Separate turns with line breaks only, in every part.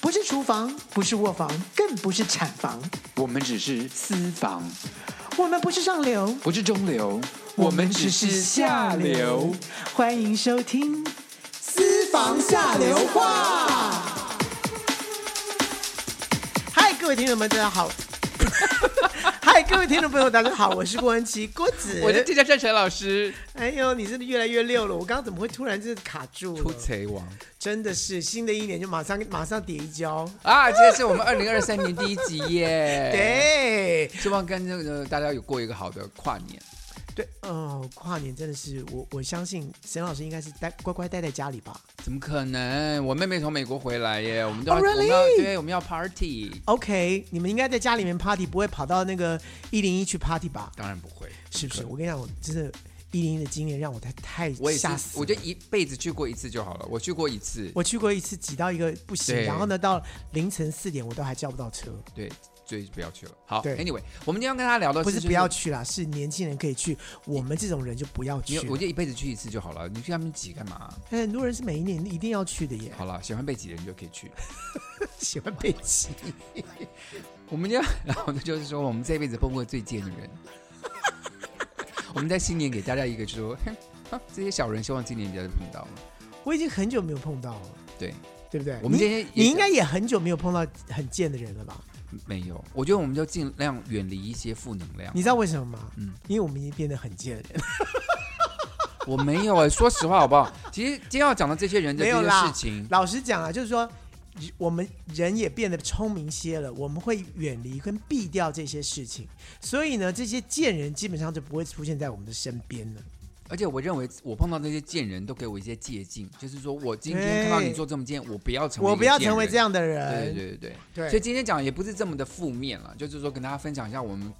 不是厨房，不是卧房，更不是产房，
我们只是私房，
我们不是上流，
不是中流，我们只是下流。。
欢迎收听《
私
房下流话》。嗨，各位听众们，大家 好。嗨，各位听众朋友，大家好，我是郭文琪，郭子。
我是地下战神老师，
哎呦，你真的越来越溜了。我刚刚怎么会突然就是卡住
出
了？
贼王
真的是新的一年就马上马上叠一跤。
啊！这是我们二零二三年第一集耶。
对，
希望跟那个大家有过一个好的跨年。
对，哦，跨年真的是我，我相信沈老师应该是待乖乖待在家里吧。
怎么可能？我妹妹从美国回来耶，我们都要
Oh, really？
我们要对，我们要 party。
OK，你们应该在家里面 party，不会跑到那个一零一去 party 吧？
当然不会，
是不是？
可
我跟你讲，我真的，一零一的经验让我太太
我也是
吓，死
我
了。
就一辈子去过一次就好了。我去过一次，
我去过一次，挤到一个不行，
对
然后呢，到凌晨四点我都还叫不到车。
对，所以就不要去了。好
对
，Anyway，我们今天要跟大家聊到
不是
是
不要去啦，是年轻人可以去，我们这种人就不要
没
去
有，。我就一辈子去一次就好了。你去他们挤干嘛？
但很多人是每一年一定要去的耶，
好了，喜欢被挤的人就可以去。
喜欢被挤。
我们要，然后呢，就是说我们这辈子碰过最贱的人。 我们在新年给大家一个说， 哼哼这些小人希望今年不要再碰到了。
我已经很久没有碰到了，
对，
对不对？
我
你
们今天也
你应该也很久没有碰到很贱的人了吧？
没有，我觉得我们就尽量远离一些负能 量
你。知道为什么吗？
嗯
因为我们已经变得很贱了。
我没有哎、说实话好不好？其实今天要讲的这些人的
没有
这些
啦
事情，
老实讲啊，就是说，我们人也变得聪明些了，我们会远离跟避掉这些事情，所以呢，这些贱人基本上就不会出现在我们的身边了。
而且我认为我碰到那些贱人都给我一些借鉴，就是说我今天看到你
对
做这么贱，我不要成为
哎我不要成为
样。
这样的
对
人。
对对对
对
所以今天讲也不是这么的负面了，就是说跟大家分享一下我们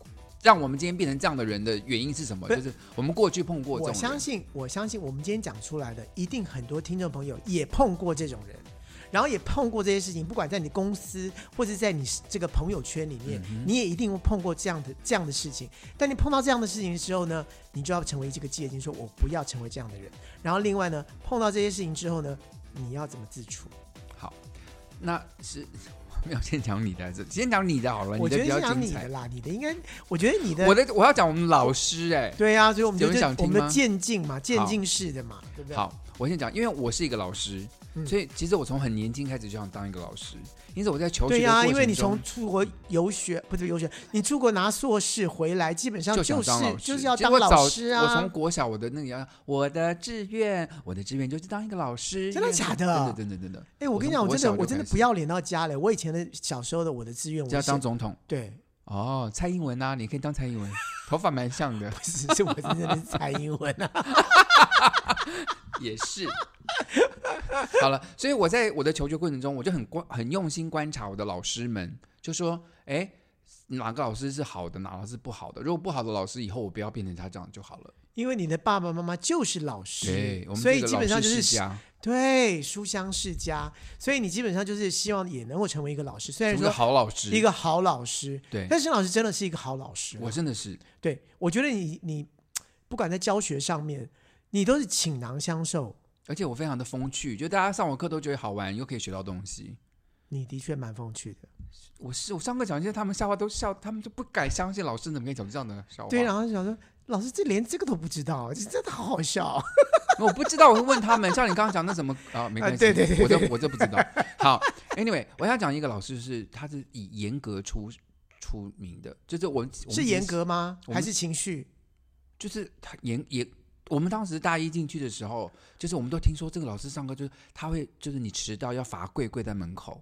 让我们今天变成这样的人的原因是什么，
不
就是我们过去碰
我
过这种
相
人，
信，我相信我们今天讲出来的，一定很多听众朋友也碰过这种人，然后也碰过这些事情，不管在你公司或者在你这个朋友圈里
嗯
面，你也一定会碰过这样的这样的事情。但你碰到这样的事情的时候呢，你就要成为这个戒心，说我不要成为这样的人。然后另外呢，碰到这些事情之后呢，你要怎么自处？
那是没有先讲你的，这先讲啊你的好了，
我觉
的
得
比
先
较
讲
精
你的
彩。
啦，你的应该，我觉得你的
我的我要讲我们老师哎、
对啊，所以我们就
有人想
我
听吗
们的渐进嘛，渐进式的嘛，对不对？
好，我先讲，因为我是一个老师，
嗯
所以其实我从很年轻开始就想当一个老师，因此我在求学
对
的
呀、
过程
因为你
中
从出国游学不是游学，你出国拿硕士回来，基本上
就是想当老师，
就是要
其实
当
我早
老师啊。
我从国小我的那个我的志愿，我的志愿就是当一个老师。
真的假的
真的真的真的。
哎、我跟你讲，我
从国
真的
小就
我真的
开始
不要脸到家了。我以前的小时候的我的志愿，我
就要
是
当总统
对，
哦，蔡英文啊，你可以当 蔡英文，头发蛮像的，
不是是我真的是蔡英文啊。
也是。 好了，所以我在我的求学过程中，我就很观很用心观察我的老师们，就说，哎，哪个老师是好的，哪个老师不好的。如果不好的老师，以后我不要变成他这样就好了。
因为你的爸爸妈妈就是老师
对，我，们
所
这
以
个
基
老
本上
师
就是
世家，
对书香世家，所以你基本上就是希望也能够成为一个老师，虽然
是个
说
好老师，
一个好老师，
对，
但沈老师真的是一个好老师啊、
我真的是
对，我觉得你你不管在教学上面，你都是倾囊相授，
而且我非常的风趣，就大家上我课都觉得好玩，又可以学到东西。
你的确蛮风趣的。
我是我上课讲一些他们笑话都笑，他们就不敢相信老师怎么可以讲这样的笑话。
对，然啊后就想说，老师这连这个都不知道，这真的好好笑。
我不知道，我会问他们，像你刚刚讲那什么啊，没关系，
啊对对对
我都我都不知道。好，anyway，我要讲一个老师是他是以严格出出名的，就是我们我们
是严，格吗？
我
还
们
是情绪？
就是他严严。我们当时大一进去的时候，就是我们都听说这个老师上课就是他会就是你迟到要罚跪跪在门口，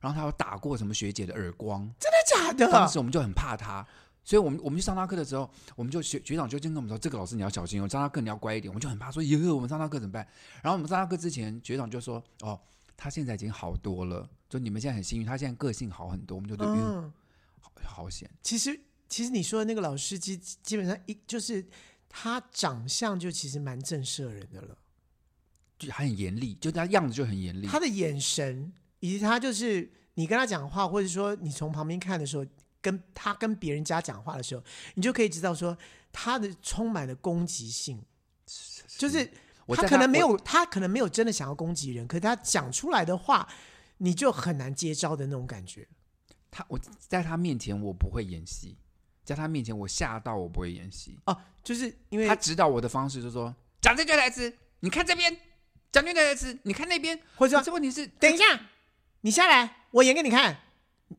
然后他有打过什么学姐的耳光，
真的假
当
的？
时我们就很怕他，所以我们我们去上他课的时候，我们就学学长就跟我们说，这个老师你要小心哦，上他课你要乖一点。我们就很怕说，耶，我们上他课怎么办？然后我们上他课之前，学长就说，哦，他现在已经好多了，就你们现在很幸运，他现在个性好很多。我们就对，嗯，
嗯，
好好险，
其实其实你说的那个老师基基本上一就是他长相就其实蛮震慑人的了，
就还很严厉，就他样子就很严厉。
他的眼神以及他就是你跟他讲话，或者说你从旁边看的时候。跟他跟别人家讲话的时候，你就可以知道说他的充满了攻击性，就是
我
他
在
可能没
嗯我
有，他可能没有真的想要攻击人，可是他讲出来的话你就很难接招的那种感觉。
他我在他面前我不会演戏，在他面前我吓到我不会演戏。
哦，就是因为
他指导我的方式就是说，讲这句台词，你看这边；讲这句台词，你看那边。
或者
可
说
是问题是，
等一下，你下来，我演给你看。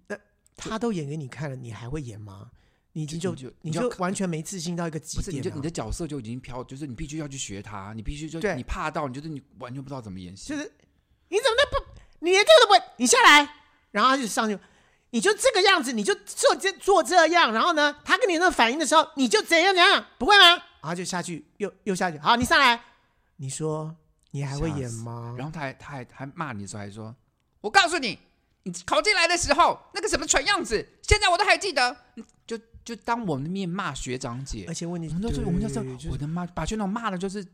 那他都演给你看了，你还会演吗？你已经就
你就
你
你就
就完全没自信到一个极
不是你
点
就
了啊
你的角色就已经飘，就是你必须要去学他，你必须就
对
你怕到，你就是你完全不知道怎么演戏。
就是你怎么都不，你连这个都不会，你下来，然后他就上去，你就这个样子，你就做这做这样，然后呢，他跟你那反应的时候，你就怎样怎样，不会吗？然后就下去，又又下去，好，你上来，你说你还会演吗？
然后他还他还还骂你的时候还说：“我告诉你，你考进来的时候那个什么蠢样子，现在我都还记得。”嗯就就当我们的面骂学长姐
而，且问你，
我们都是我们都是
对就
我的妈，把学长骂的就是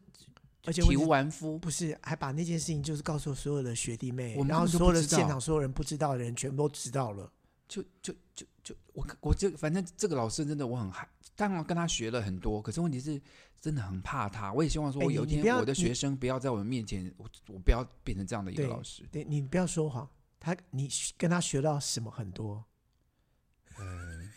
而且问题
体无完肤。
不是，还把那件事情就是告诉所有的学弟妹
我，们
然后
根本
所有
就
的
不知道
现场所有人不知道的人全部都知道了。
就就就就我我这反正这个老师真的我很害，当然跟他学了很多，可是问题是真的很怕他。我也希望说，
哎
我
你
有一
你不
天
要
我的
你
学生不要在我们面前，我我不要变成这样的一个
对
老师。
对你不要说谎，他你跟他学到什么很多？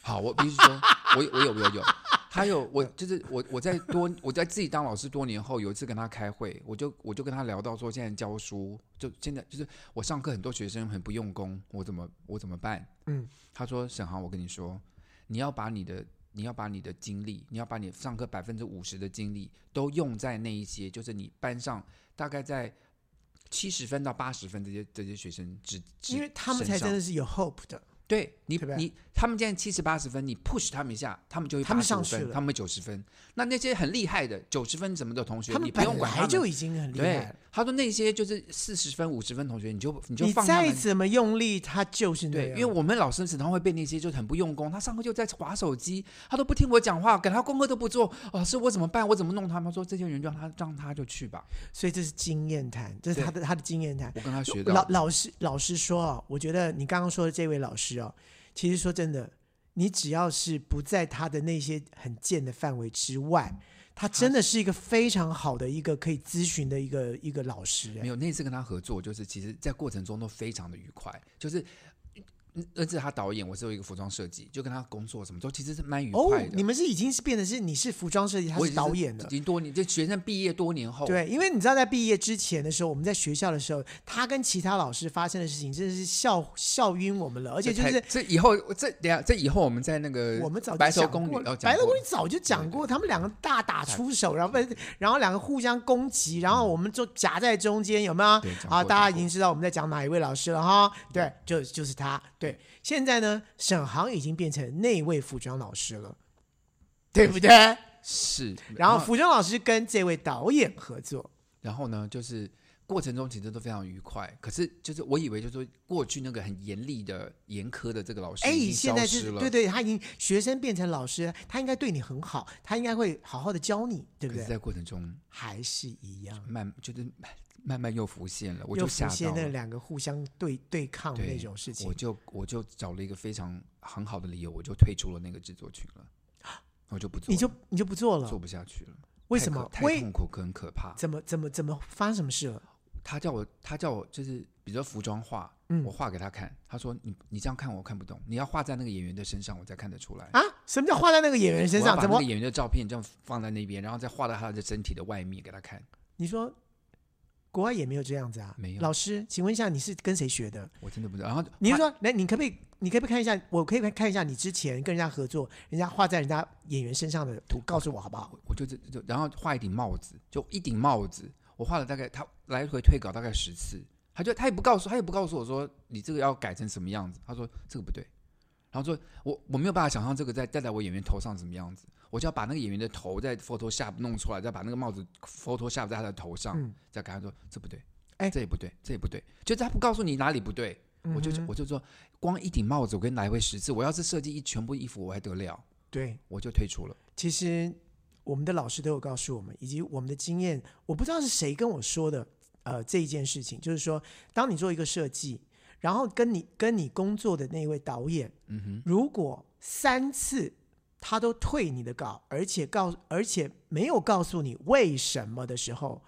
好，我必须说， 我有我有我有，还有我就是我我在多我在自己当老师多年后，有一次跟他开会，我就我就跟他聊到说，现在教书就现在就是我上课很多学生很不用功，我怎么我怎么办？
嗯，
他说沈航，我跟你说，你要把你的你要把你的精力，你要把你上课百分之五十的精力都用在那一些，就是你班上大概在。七十分到八十分这些这些学生只，只
因为他们才
身上
真的是有 hope 的。
对你
对不对
你他们现在七十八十分，你 push 他们一下，他们就会
他们
85
上去
分
了
他们九十分。那那些很厉害的九十分什么的同学，
他们
你不用
本
管
来
他
就
们。
已经很厉害
对
了，，
他说那些就是四十分、五十分同学，你就你就
你
放他
再
们。
怎么用力，他就是那
对，
样。
因为我们老师常常会被那些就很不用功，他上课就在划手机，他都不听我讲话，给他功课都不做，老师我怎么办？我怎么弄他们？说这些人就让他让他就去吧，
所以这是经验谈，这是他的他的经验谈。
我跟他学到
老老师老师说哦，我觉得你刚刚说的这位老师哦，其实说真的，你只要是不在他的那些很贱的范围之外，他真的是一个非常好的一个可以咨询的一个一个老师。哎
没有，那次跟他合作，就是其实在过程中都非常的愉快，就是嗯认识他导演，我是有一个服装设计，就跟他工作什么都其实是蛮愉
哦
快，的。
你们是已经是变得是你是服装设计，他
我
是导演
已
的。
经多年，就学生毕业多年后，
对，因为你知道，在毕业之前的时候，我们在学校的时候，他跟其他老师发生的事情，真的是笑笑晕我们了。而且
这
就
才，
是
这以后这等一下这以后我们在那个
我们早就
白头
讲
宫女
过
哦
了，
讲
白头
过
宫女早就讲过，他们两个大打出手，然后被然后两个互相攻击，然后我们就夹在中间，有没有
嗯对？讲
啊，
过嗯
大家已
讲
经知道我们在讲哪一位老师了哈。对，就就是他。
嗯
对，现在呢，沈航已经变成那位服装老师了，对不对？
是，
然后服装老师跟这位导演合作，
然后呢，就是过程中其实都非常愉快，可是就是我以为就是说过去那个很严厉的严苛的这个老师已
哎，
经
现
消
在
失
是
了，
对对，他已经学生变成老师，他应该对你很好，他应该会好好的教你，对
可
不
是
对？
在过程中
还是一样。
慢就是慢慢又浮现了，我
又
就
浮
吓
现
到
那
了。
两个互相对对抗的
对
那种事情
我。就我就找了一个非常很好的理由，我就退出了那个制作群了，我就不做了，
你就你就不做
做
了？
不下去了。
为
太
什
可
么？
太
为
痛苦，很可怕。
怎么怎么怎么发生什么事了？
他叫我，他叫我就是，比如说服装画，
嗯
我画给他看，他说你你这样看我看不懂，你要画在那个演员的身上，我才看得出来。
啊？什么叫画在那个演员身
哎我要
上？
把
怎
那
么
个？演员的照片这样放在那边，然后再画到他的身体的外面给他看。
你说国外也没有这样子啊？
没有
老师，请问一下，你是跟谁学的？
我真的不知道。然后
你就
他
说，来，你可不可以？你可不可以看一下？我可以看一下你之前跟人家合作，人家画在人家演员身上的图，告诉我好不好？
我我就这就然后画一顶帽子，就一顶帽子，我画了大概他来回退稿大概十次，他就他也不告诉他也不告诉我说你这个要改成什么样子，他说这个不对，然后说我我没有办法想象这个在戴在我演员头上什么样子，我就要把那个演员的头在 Photoshop 弄出来，再把那个帽子 Photoshop 在他的头上，
嗯
再给他说这不对，
哎嗯
这也不对，这也不对，就是他不告诉你哪里不对，我就我就说光一顶帽子我跟你来回十次，我要是设计一全部衣服我还得了，
对，
我就退出了。
其实我们的老师都有告诉我们，以及我们的经验，我不知道是谁跟我说的，呃，这一件事情，就是说，当你做一个设计，然后跟你跟你工作的那位导演，
嗯哼。
如果三次他都退你的稿，而且告而且没有告诉你为什么的时候，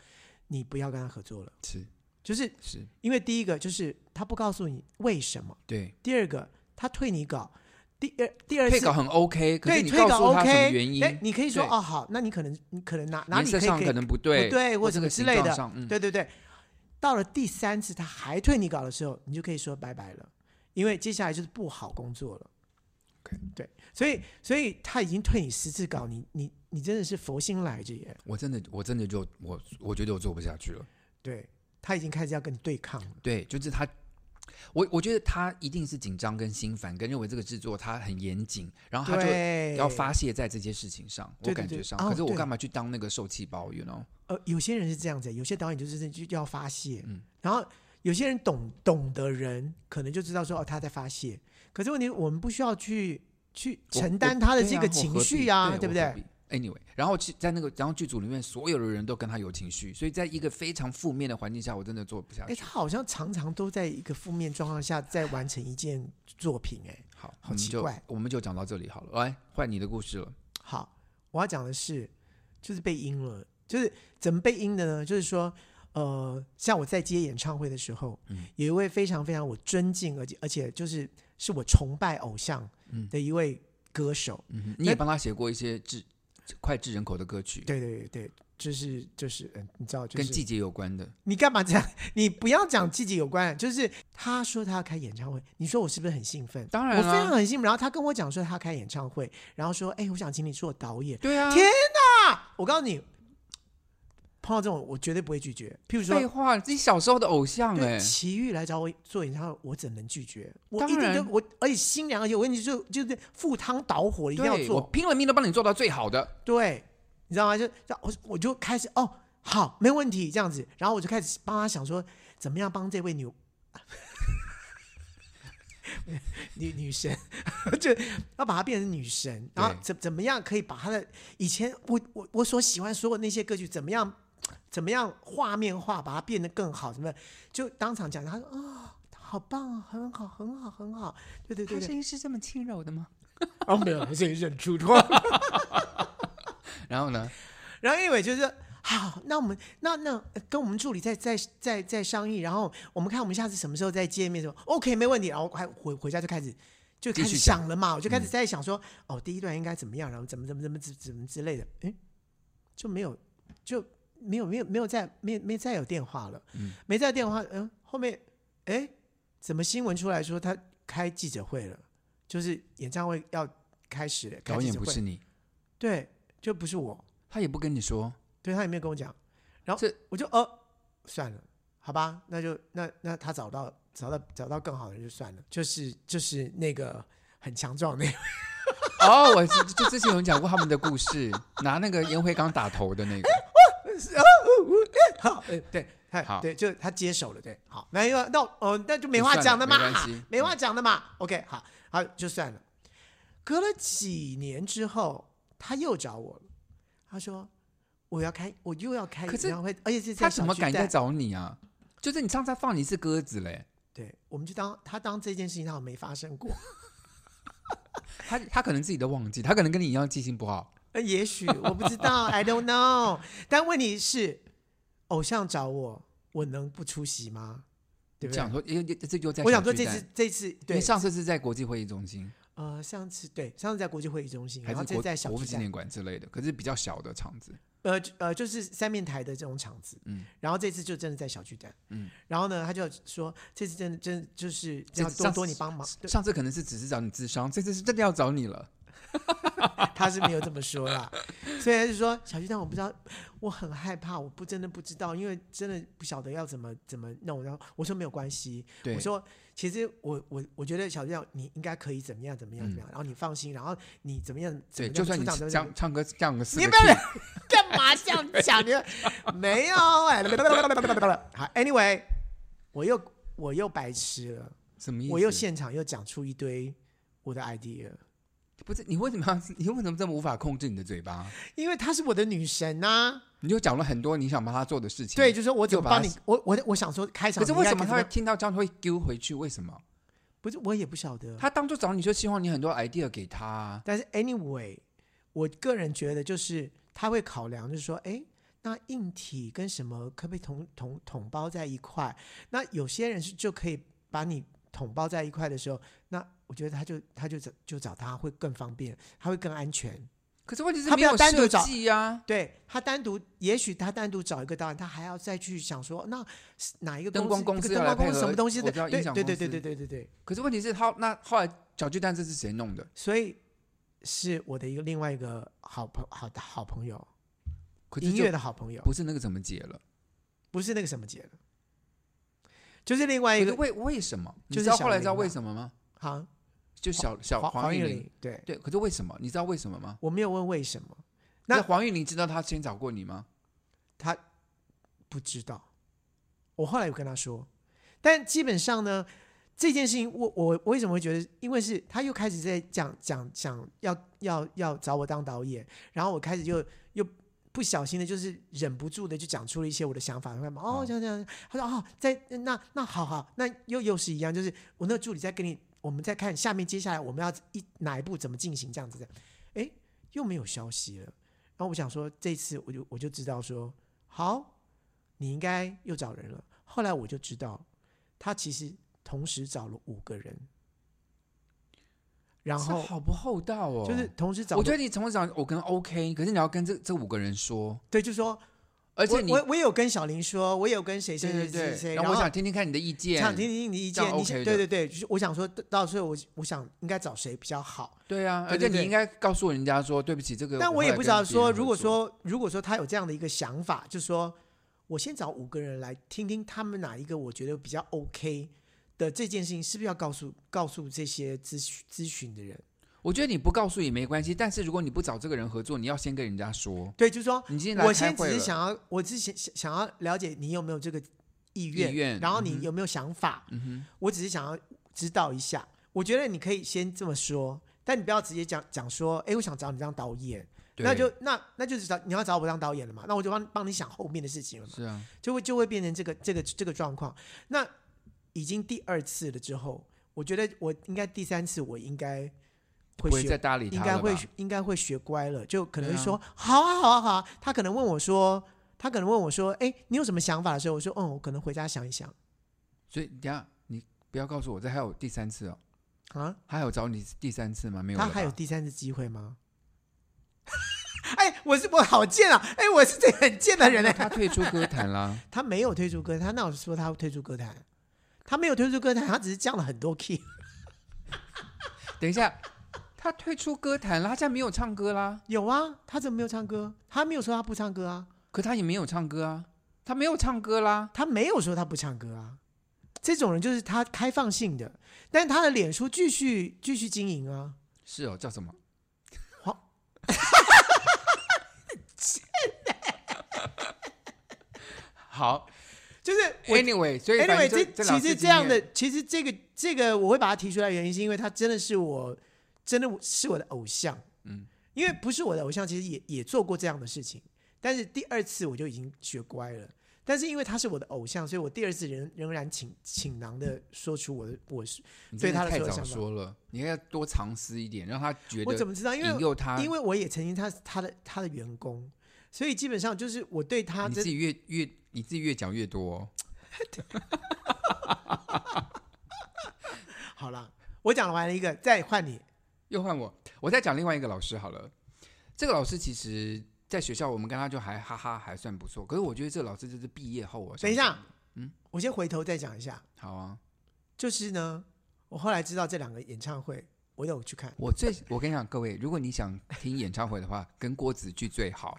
你不要跟他合作了，
是
就是
是，
因为第一个就是他不告诉你为什么；
对，
第二个，他退你稿；第二第二
退
次
稿很 OK，可
对
是你
退
告
稿
诉他什么
OK，
原因，
哎你可以说
对
哦好，那你可能你可能哪哪
颜
里
色
可以
上
可
可
以
能不
不
对，
对或
或
什
这
么
个
之
形
类
状
的，
上，嗯，
对对对，到了第三次他还退你稿的时候，你就可以说拜拜了，因为接下来就是不好工作了。
OK
对，所以所以他已经退你十次稿，你你你真的是佛心来着耶！
我真的我真的就我我觉得我做不下去了。
对他已经开始要跟你对抗了。
对，就是他，我我觉得他一定是紧张跟心烦，跟认为这个制作他很严谨，然哦后他就
对，
要发泄在这些事情上，
对
我
对
感
对
觉上。
哦
可是我
对
干嘛去当那个受气包？You know？
呃，有些人是这样子，有些导演就是真的就要发泄，
嗯
然后有些人懂懂的人可能就知道说哦他在发泄，可是问题我们不需要去去
我
承
我
担他的
对
这
啊
个
我
情
何
绪
必
啊，
对
不
我
对？
何必？Anyway，然后去在那个然后剧组里面，所有的人都跟他有情绪，所以在一个非常负面的环境下，我真的做不下
哎，
去。
他好像常常都在一个负面状况下在完成一件作品。哎，
好，
好
我们
奇
就
怪
我们就讲到这里好了。来，哎换你的故事了。
好，我要讲的是，就是被阴了，就是怎么被阴的呢？就是说，呃，像我在接演唱会的时候，
嗯
有一位非常非常我尊敬，而且而且就是是我崇拜偶像
嗯
的一位歌手，
嗯哼，你也帮他写过一些治脍炙人口的歌曲，
哎对对对，就是就是，嗯，你知道，就
跟季
是
节有关的。
你干嘛这样？ 你不要讲季节有关，就是他说他要开演唱会，你说我是不是很兴奋？我
当然啊
非常
啦，
很兴奋。然后他跟我讲说他要开演唱会，然后说，哎、我想请你做导演。
对啊，
天啊，我告诉你，碰到这种我绝对不会拒绝。譬如
废
说，
话，自己小时候的偶像哎、
对奇遇来找我做演唱会，我怎能拒绝？我
当
一定
然
就我，而且心凉，而且我跟你就就是赴汤蹈火，一定要
对我
做。
拼了命都帮你做到最好的。
对，你知道吗？就我我就开始哦，好，没问题，这样子。然后我就开始帮他想说，怎么样帮这位女女女神，就要把她变成女神，然后
对
怎怎么样可以把她的以前我我我所喜欢所有那些歌曲怎么样？怎么样画面化把它变得更好？怎么样就当场讲？他说啊、好棒，很好，很好，很好。对对对对，
音是这么轻柔的吗？
哦，没有，所以忍住了。
然后呢？
然后因为就是好，那我们那那呃跟我们助理再再再再商议，然后我们看我们下次什么时候再见面，什么 OK 没问题。然后我还回回家就开始就开
继
始
续想
想了嘛，我就开始在想说，哦，第一段应该怎么样，然后怎么怎么怎么怎么怎么之类的，诶，就没有就没有没有没有再没有没有再有电话了，
嗯
没再有电话，嗯、后面诶，怎么新闻出来说他开记者会了，就是演唱会要开始了，开
导
记
演
者
不
会
是你，
对，就不是我。
他也不跟你说。
对他也没有跟我讲，然后
这
我就呃算了，好吧，那就那那他找到找到找到更好的人就算了，就是就是那个很强壮的那个，
哦，我是就之前有讲过他们的故事，拿那个烟灰缸打头 的那个。
好， 呃对，他
好
对，就他接手了，对，好，那因为那哦那就没话
就算了
讲的嘛，
没关系嗯
没话讲的嘛，OK，好，好就算了。隔了几年之后，他又找我了，他说我要开，我又要开
可
演
是
唱会，而且是在
他怎
小
么
巨
敢
蛋
再找你啊？就是你上次放你是鸽子嘞，
对，我们就当他当这件事情他好像没发生过。
他他可能自己都忘记，他可能跟你一样记性不好。
呃，也许我不知道，I don't know。但问题是，偶像找我，我能不出席吗？对不
想
对？
说，因为这就在
我想
小
说
巨
这
蛋
次，这次
因为
对
上次是在国际会议中心，
呃上次对上次在国际会议中心，
还
然
是
后这
国
次在小
国父
巨
纪
蛋，
念馆之类的，可是比较小的场子。
呃就呃就是三面台的这种场子，
嗯，
然后这次就真的在小巨蛋，
嗯，
然后呢他就说这次真的真的就是
这
要
次
多
上
多
次
你帮忙，对
上次可能是只是找你智商，这次是真的要找你了。
他是没有这么说啦，所以他就说小巨蛋我不知道，我很害怕，我不真的不知道，因为真的不晓得要怎么怎么弄，然后我说没有关系，
对，
我说，其实我我我觉得小亮，你应该可以怎么样怎么样怎么样，然后你放心，然后你怎么样怎
嗯对，
么样
就算
出
你
场怎么样
唱唱歌唱个四
你
个
不要
key，
干嘛这样讲？你没有哎，好，anyway，我又我又白痴了，
什么意思？
我又现场又讲出一堆我的 idea，
不是你为什么要？你为什么这么无法控制你的嘴巴？
因为她是我的女神呐、
你就讲了很多你想帮他做的事情。
对，，就是说我怎么
就把她
帮你，我我我想说开场你
可是
应
为
该怎
什么
么
他
样，
会听到这样会丢回去？为什么？
不是我也不晓得，
他当初找你就希望你很多 idea 给他啊，
但是 anyway，我个人觉得就是他会考量，就是说，哎，那硬体跟什么可不可以同同统包在一块？那有些人是就可以把你统包在一块的时候，那我觉得他就他就找就找他会更方便，他会更安全。
可是问题是
他
没
不要
有
单独
设
找
计呀，
对他单独，也许他单独找一个导演，他还要再去想说，那是哪一个
灯
司
光公
这个
司
灯
要
光公
来配
司什么
合
东西的？
我知道
对
音响
对对
公
对
司
对对对对，
可是问题是他那后来小巨蛋这是谁弄的？
所以是我的一个另外一个好朋好的好朋友，
可是
音
就
乐的好朋友，
不是那个怎么解了？
不是那个什么节的，就是另外
可
一
是
个
哎为为什么？你
就是
知道
小
后来知道
玲
为
嘛
什么吗？
好
就小小
黄
呃黄
玉
玉
玲
玲，，
对
对，可是为什么？你知道为什么吗？
我没有问为什么，那
那黄玉玲知道他先找过你吗？
不知道。我后来有跟他说，但基本上呢，这件事情我我我为什么会觉得，因为是他又开始在讲讲讲要要要找我当导演，然后我开始又又不小心的，就是忍不住的就讲出了一些我的想法，干嘛哦
哦
这样这样，他说哦在那那好好，那又又是一样，就是我那个助理在跟你，我们在看下面接下来我们要一哪一步怎么进行这样子的，哎又没有消息了，然后我想说这次我就我就知道说好。你应该又找人了。后来我就知道，他其实同时找了五个人，然
这
后
好不厚道哦。
就是同时找了，
我觉得你从小我跟 OK，可是你要跟这这五个人说，
对，就说，
而且你
我我我也有跟小林说，我也有跟谁谁
对
谁
对
谁
对，
谁，然
然后
后
我想听听看你的意见，
想听听你的意
这样
见，你
OK
是
的
对对对，就是我想说到到时候我我想应该找谁比较好，
对啊，
对
而
对
且你
对
应该告诉人家说对不起，这个
但
我
我也
后来
不
跟
知道
别人
说，
合
如果
作
说如果说他有这样的一个想法，就说我先找五个人来听听他们哪一个我觉得比较 OK 的这件事情，是不是要告诉告诉这些咨询咨询的人？
我觉得你不告诉也没关系，但是如果你不找这个人合作，你要先跟人家说，
对，就是说
你今天来
我
开
先只
会
是
了，
想要，我只是想想要了解你有没有这个意愿，
意愿
然后
嗯
你
哼
有没有想法？
嗯
我只是想要知道一下。我觉得你可以先这么说，但你不要直接讲讲说，哎，我想找你当导演，
哼，
那
对
就那那就是找你要找我当导演了嘛，那我就帮帮你想后面的事情了嘛，
是啊，
就会就会变成这个这个这个状况。那已经第二次了之后，我觉得我应该第三次我应该
不
会
会
学
再搭理他
应该
了
会
吧
学应该会学乖了，就可能会
对啊
说、好啊好啊好啊。他可能问我说，他可能问我说，哎，你有什么想法的时候，我说嗯，我可能回家想一想
所以等一下你不要告诉我，这还有第三次哦，
啊。
还有找你第三次吗？没有了
他
吧，
还有第三次机会吗？ 哎，我是我好贱啊！哎，我是这很贱的人
那
哎。
他退出歌坛啦，
他没有退出歌坛，他那我说他退出歌坛，他没有退出歌坛，他只是降了很多 key。
等一下，他退出歌坛啦，他现在没有唱歌啦，
有啊，他怎么没有唱歌？他没有说他不唱歌啊，
可他也没有唱歌啊，他没有唱歌啦，
他没有说他不唱歌啊。这种人就是他开放性的，但他的脸书继续继续经营啊。
是哦，叫什么？
黄，
好
就是我
，Anyway，所以反
anyway，
正
这
就
其
老
实
师
这样
经验
的，其实这个这个我会把它提出来，原因是因为他真的是我，真的是我的偶像。
嗯，
因为不是我的偶像，其实也也做过这样的事情，但是第二次我就已经学乖了。但是因为他是我的偶像，所以我第二次仍仍然请请囊的说出我的我是
你
对
真的
他的
太
所有
早
想法
说了，你应该多尝试一点，让他觉
我怎
得
么知道？因
引
为
诱他，
因为我也曾经他他的他的员工，所以基本上就是我对他
你
真
自己越越你自己越讲越多哦、
好了，我讲完了一个，再换你。
又换我，我再讲另外一个老师好了。这个老师其实在学校我们跟他就还哈哈还算不错，可是我觉得这个老师就是毕业后我啊
等一
想嗯
下
说，
我先回头再讲一下，
好啊，
就是呢，我后来知道这两个演唱会，我有去看。
我最我跟你讲，各位，如果你想听演唱会的话，跟郭子去最好，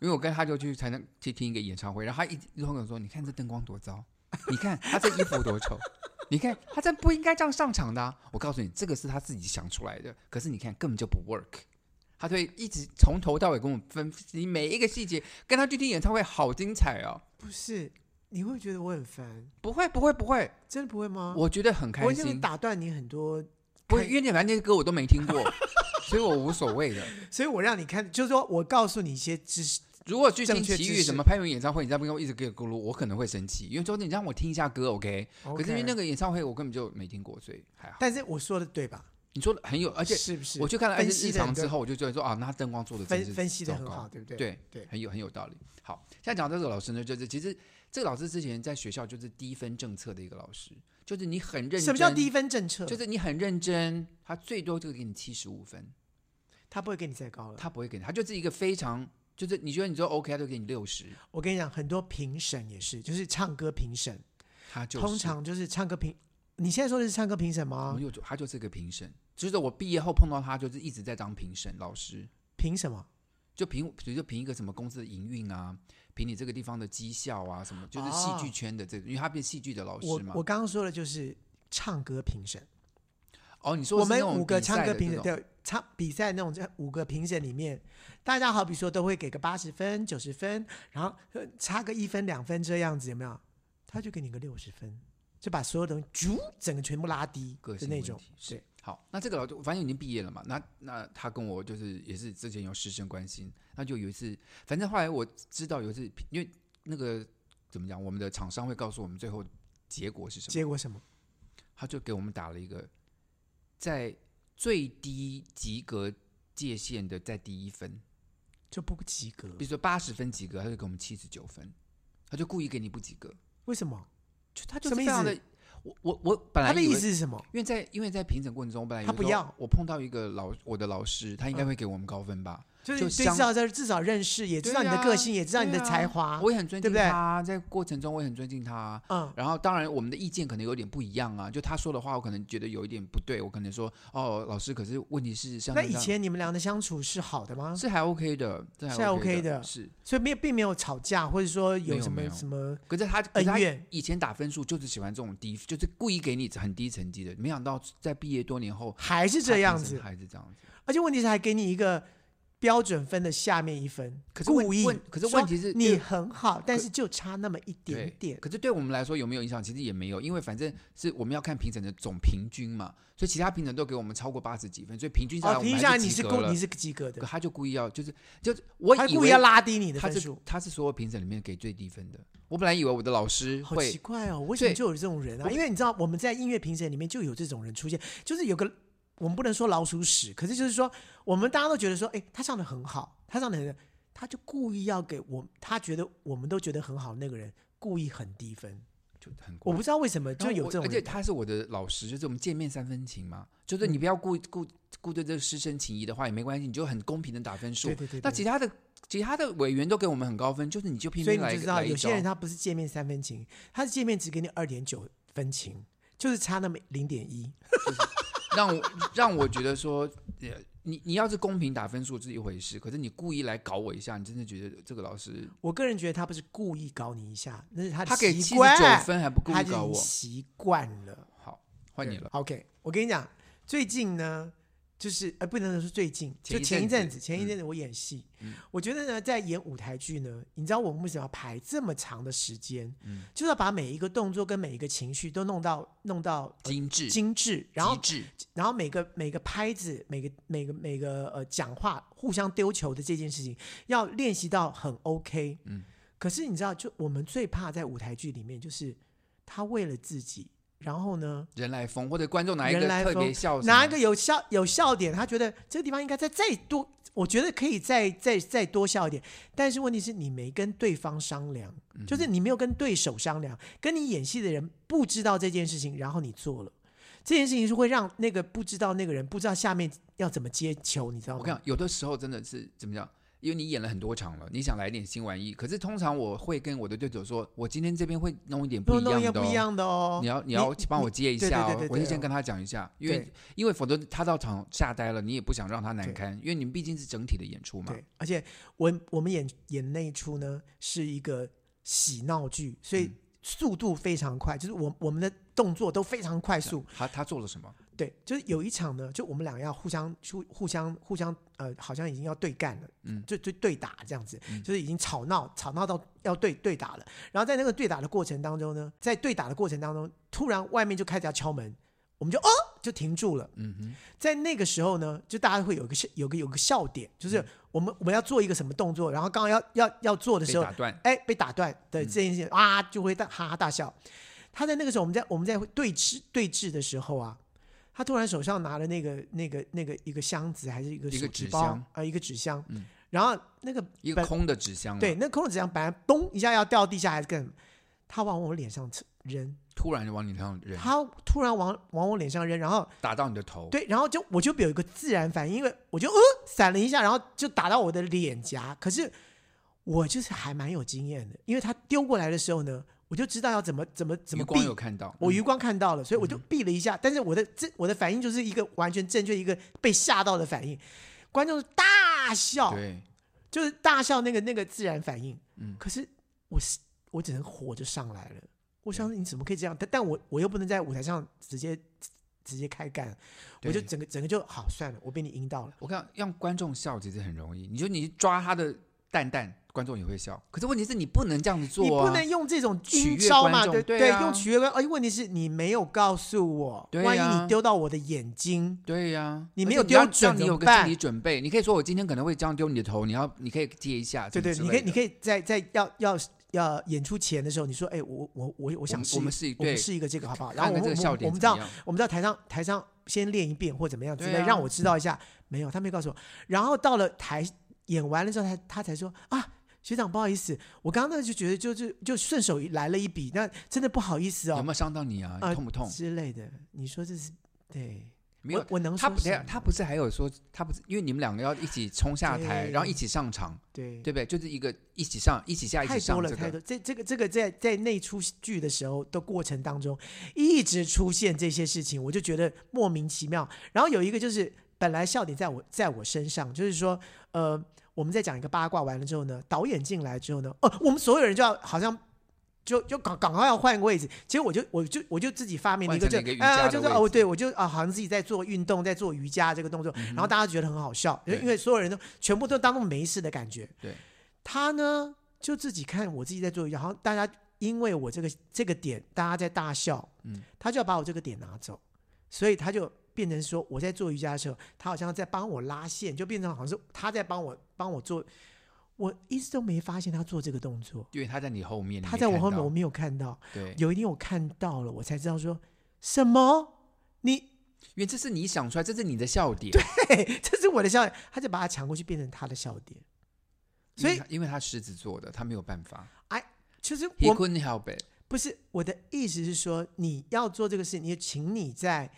因为我跟他就去才能去听一个演唱会，然后他一直后跟我说：“你看这灯光多糟，你看他这衣服多丑，你看他这不应该这样上场的啊、我告诉你，这个是他自己想出来的，可是你看根本就不 work。他就会一直从头到尾跟我分析每一个细节，跟他去听演唱会好精彩哦！
不是，你会觉得我很烦，
不会不会不会，
真的不会吗？
我觉得很
我
开
已经
心。
打断你很多，
不会，因为你反正那些歌我都没听过，所以我无所谓的。
所以我让你看，就是说我告诉你一些知识。
如果去听
正确
奇
知
遇
识
什么潘越云演唱会，你在那边一直给我咕噜，我可能会生气，因为说你让我听一下歌，OK？可是因为那
个，
个演唱会我根本就没听过，所以还好。
但是我说的对吧？
你说的很有，而且
是不是
我去看了
分
而
析
且日
得很
常
对
之后，我就觉得说啊，那他灯光做的
分分析的很好，，对不对？
对
对
很有很有道理。好，现在讲到这个老师呢，就是其实这个老师之前在学校就是低分政策的一个老师，就是你很认真。
什么叫低？分政策？
就是你很认真，他最多就给你七十五分，
他不会给你再高了。
他不会给你，他就是一个非常就是你觉得你说 OK，他就给你六十，
我跟你讲，很多评审也是，就是唱歌评审，
他就是嗯
通常就是唱歌评。你现在说的是唱歌评审吗
我？有他就是个评审，就是我毕业后碰到他就是一直在当评审老师，
凭什么？
就评比如就评一个什么公司的营运啊，评你这个地方的绩效啊什么，就是戏剧
哦
圈的这个，因为他变戏剧的老师
我
嘛
我。刚刚说的就是唱歌评审，
哦，你说
我
是那
们
种
五个
比
唱
赛
歌
的
评
这
审
种
对唱比赛那种，这五个评审里面，大家好比说都会给个八十分、九十分，然后呃差个一分两分这样子，有没有？他就给你个六十分，就把所有东西啾整个全部拉低
个
的
性
那
问
种
题。
对
是，好，那这个老师反正已经毕业了嘛，那那他跟我就是也是之前有师生关系，那就有一次，反正后来我知道有一次，因为那个怎么讲，我们的厂商会告诉我们最后结果是什么，
结果什么？
他就给我们打了一个在最低及格界限的在第一分，
就不及格。
比如说八十分及格，他就给我们七十九分，他就故意给你不及格，
为什么？
就他就
什
是
么
非
意
常
思
的，我我我本来
他的
以
意
为
思是什么？
因为在因为在评审过程中，我本来以为
他不
说
要
我碰到一个老我的老师，他应该
嗯
会给我们高分吧。
就是
就
你对
相
至少这至少认识，也知道你的
对啊
个性，也知道你的
对啊
才华。
我也很尊
对
敬
不对
他，在过程中我也很尊敬他。
嗯，
然后当然我们的意见可能有点不一样啊，就他说的话我可能觉得有一点不对，我可能说哦老师，可是问题是像
那
这
以
样
前你们俩的相处是好的吗？
是还 OK 的，这
啊是还 OK
的，
的
是。
所以没有，并没有吵架，或者说
没
有
有
什
没
么
有
什么
可是他可
恩
是他
怨。
以前打分数就是喜欢这种低，就是故意给你很低成绩的。没想到在毕业多年后
还是
是
这样子，
还是这样子。
而且问题是还给你一个标准分的下面一分，
可是问
故意
问。可是
说
问题是
你很好，但是就差那么一
对
点点。
可是对我们来说有没有影响？其实也没有，因为反正是我们要看评审的总平均嘛，所以其他评审都给我们超过八十几分，所以平均下来
哦，
我们
停一下，
还
你
及
是
格
故
了
你是及格
可
的，
他就故意要就是就是我
他
以
故意
为
要拉低你的
他
分
是
数，
他是所有评审里面给最低分的，我本来以为我的老师
好奇
会
怪哦，为什么
对
就有这种人啊？
我
因为你知道我们在音乐评审里面就有这种人出现，就是有个我们不能说老鼠屎，可是就是说我们大家都觉得说，哎，他唱的很好，他唱的很，他就故意要给我，他觉得我们都觉得很好那个人故意很低分，
就很
我
怪。
不知道为什么
然
就
后
有
我
这种
而且
人，嗯
他是我的老师，就是我们见面三分情嘛，就是你不要顾顾顾对这个师生情谊的话也没关系，你就很公平的打分数
对。对对，
那
对
其他的其他的委员都给我们很高分，就是你就偏
所以你
偏来
就知道，
来一
有些人
招
他不是界面三分情，他是界面只给你二点九分情，就是差那么零点一。
让我让我觉得说，呃，你你要是公平打分数是一回事，可是你故意来搞我一下，你真的觉得这个老师
我个人觉得他不是故意搞你一下，那是他
他
他
给
习
七十
惯，
九分还不故
他
意
已
搞
经
我？
习惯了。
好，换你了。
OK，我跟你讲，最近呢，就是呃，不能说最近，
前
就
一
前一
阵
阵
子
子，前一阵子我演戏，
嗯
我觉得呢，在演舞台剧呢，你知道我们为什么要排这么长的时间？
嗯
就是要把每一个动作跟每一个情绪都弄到弄到
精致，
精致，然后
极致，
然后每个每个拍子，每个每个每个呃讲话，互相丢球的这件事情，要练习到很 OK。
嗯，
可是你知道，就我们最怕在舞台剧里面，就是他为了自己，然后呢，
人来疯，或者观众拿一个
人来
特
疯
别笑什么，
拿一个有笑有笑点，他觉得这个地方应该再再多，我觉得可以再再再多笑一点。但是问题是你没跟对方商量，
嗯
就是你没有跟对手商量，跟你演戏的人不知道这件事情，然后你做了。这件事情是会让那个不知道那个人不知道下面要怎么接球，你知道
我跟你
吗？
讲，有的时候真的是怎么讲？因为你演了很多场了，你想来点新玩意，可是通常我会跟我的对手说，我今天这边会弄一点不
不
一
弄一个
样的、
不一
哦。
样的哦。
你要你要帮我接一下
对对
哦
对对，
我就
对
先
哦
跟他讲一下，因为
对
因为否则他到场吓呆了，你也不想让他难
对
堪，因为你们毕竟是整体的演出嘛。
对，而且我我们演演那一出呢是一个喜闹剧，所以
嗯
速度非常快，就是我我们的动作都非常快速。
他他做了什么？
对，就是有一场呢，就我们俩要互相互互相互相呃，好像已经要对干了，
嗯
就就对打这样子，
嗯
就是已经吵闹吵闹到要对对打了。然后在那个对打的过程当中呢，在对打的过程当中，突然外面就开始要敲门，我们就哦就停住了。
嗯哼，
在那个时候呢，就大家会有一个笑有个有个笑点，
嗯
就是我们我们要做一个什么动作，然后刚刚要要要做的
被
时候
打，断，
哎，被打断的
嗯
这件事情、啊，就会大哈哈大笑。他在那个时候，我们在我们在对峙对峙的时候啊，他突然手上拿了那个那个那个一个箱子，还是一个
一个
手提
纸
包
箱
啊，一个纸箱，
嗯
然后那个
一个
本
空的纸箱嘛。
对那空的纸箱本来嘣一下要掉地下还是干什么，他往我脸上扔，
突然就往你头上扔，
他突然往往我脸上扔，然后
打到你的头，
对，然后就我就有一个自然反应，因为我就呃闪了一下，然后就打到我的脸颊。可是我就是还蛮有经验的，因为他丢过来的时候呢，我就知道要怎么怎么怎么
余
避
光。有看到，
我
嗯
余光看到了，所以我就避了一下，但是我的这我的反应就是一个完全正确，一个被吓到的反应。观众大笑，
对，
就是大笑那个那个自然反应。
嗯
可是我是我只能火就上来了。我想你怎么可以这样？但但我我又不能在舞台上直接直接开干，我
对
就整个整个就好算了，我被你阴到了。
我看让观众笑其实很容易，你就你抓他的蛋蛋，观众也会笑。可是问题是你不能这样子做、啊，
你不能用这种
取
阴
悦
招
观
嘛？
众
对
对啊
用取悦观。而且问题是你没有告诉我，
对
万一
啊
你丢到我的眼睛，
对呀、
你
而
没
且
有
要
丢准
让你
怎
有
么
个
办
心理准备，你可以说我今天可能会这样丢你的头，你要你可以接一下，
对对，你可以你
以，
可以在在要要要演出前的时候，你说，哎，我我我我
我
想
们
试
我们试一
我们
对，
试一个这个好不好？然后我
看看
们
这个
我
笑
们
点
我们
怎
到
么样
我们到台上台上先练一遍或怎么样之类，
对啊
让我知道一下。没有，他没告诉我。然后到了台演完了之后，他他才说啊，学长不好意思，我刚刚那就觉得就就就顺手来了一笔，那真的不好意思
有
哦
没有伤到你啊？
啊
痛不痛？
之类的。你说这是对？
没有
我，我能
他
说
不
什
对啊
么，
他不是还有说他不是因为你们两个要一起冲下台，
对
然后一起上场，
对。
对不对？就是一个一起上，一起下，一
太
起
多
上
了，
这
太
个。
多。这这个这个在在那出剧的时候的过程当中，一直出现这些事情，我就觉得莫名其妙。然后有一个就是，本来笑点在我在我身上，就是说，呃，我们在讲一个八卦完了之后呢，导演进来之后呢，哦，我们所有人就要好像。就就赶赶快要换个位置，其实我就我就我就自己发明了一个
换
就
成了一个瑜
啊、
伽的
就是
位
哦
置嗯
对我就啊好像自己在做运动在做瑜伽这个动作，然后大家觉得很好笑，因为
对
因为所有人都全部都当做没事的感觉。
对，
他呢就自己看我自己在做，然后大家因为我这个这个点，大家在大笑，
嗯，
他就要把我这个点拿走，所以他就变成说我在做瑜伽的时候，他好像在帮我拉线，就变成好像是他在帮我帮我做，我一直都没发现他做这个动作，
因为他在你后面，你
他
没
在我
看
后面
到
我没有看到，
对，
有一天我看到了，我才知道说什么你
因为这是你想出来，这是你的笑点。对，
嘿，这是我的笑点，他就把它抢过去变成他的笑点，所以
因为他狮子座的，他没有办法
其实
，He
我
couldn't help it。
不是我的意思是说，你要做这个事，你请你在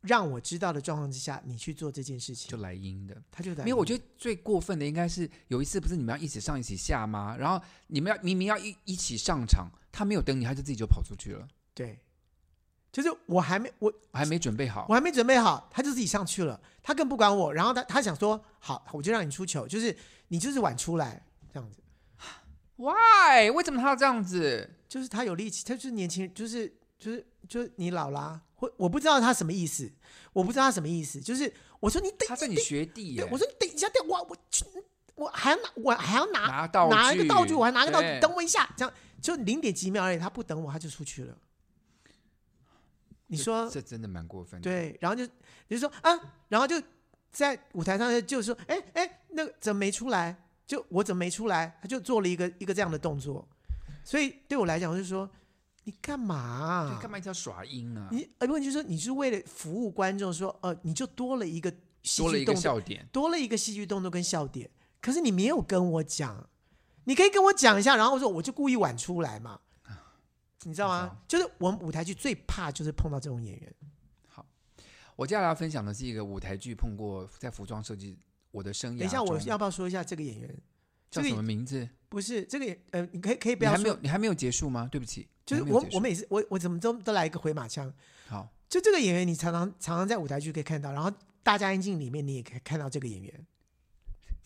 让我知道的状况之下，你去做这件事
就
情，
来阴的。
他就在。
没有，我觉得最过分的应该是有一次，不是你们要一起上一起下吗？然后你们要明明要一一起上场，他没有等你，他就自己就跑出去了，
对，就是我还没我
我还没准备好
我。还没准备好，他就自己上去了，他更不管我。然后他他想说，好，我就让你出球，就是你就是晚出来这样子，
Why？为什么他要这样子？
就是他有力气，他就是年轻人，就是就是就是你老啦，或我不知道他什么意思，我不知道他什么意思，就是我说你等，
他是你学弟 耶
对，我说你等一下，等我我去我还要拿我还要拿
拿道具，哎
拿一个道具，我还拿个道具，
对
等我一下，这样就零点几秒而已，他不等我，他就出去了。你
这
说
这真的蛮过分的。，
对，然后就你就说啊，然后就在舞台上就说，哎哎，那个怎么没出来？就我怎么没出来？他就做了一个一个这样的动作，所以对我来讲，我就说你干嘛啊、
干嘛一定要耍阴啊？
你呃，问题就是你是为了服务观众说，呃，你就多了一个戏
多了
剧
一个
动作
笑点，
多了一个戏剧动作跟笑点，可是你没有跟我讲，你可以跟我讲一下，然后我说我就故意晚出来嘛，你知道
我知
吗
道？
就是我们舞台剧最怕就是碰到这种演员，
我接下来要分享的是一个舞台剧碰过在服装设计我的生涯中。
等一下我要不要说一下这个演员？这
叫
个
什么名字？
不是这个演，呃，你可以可以不
你
要
还没
说，
有你还没有结束吗？对不起，
就是
你还没有
我
结束
我每次我我怎么都都来一个回马枪，
好，
就这个演员你常常常常在舞台剧可以看到，然后大家安静里面你也可以看到这个演员，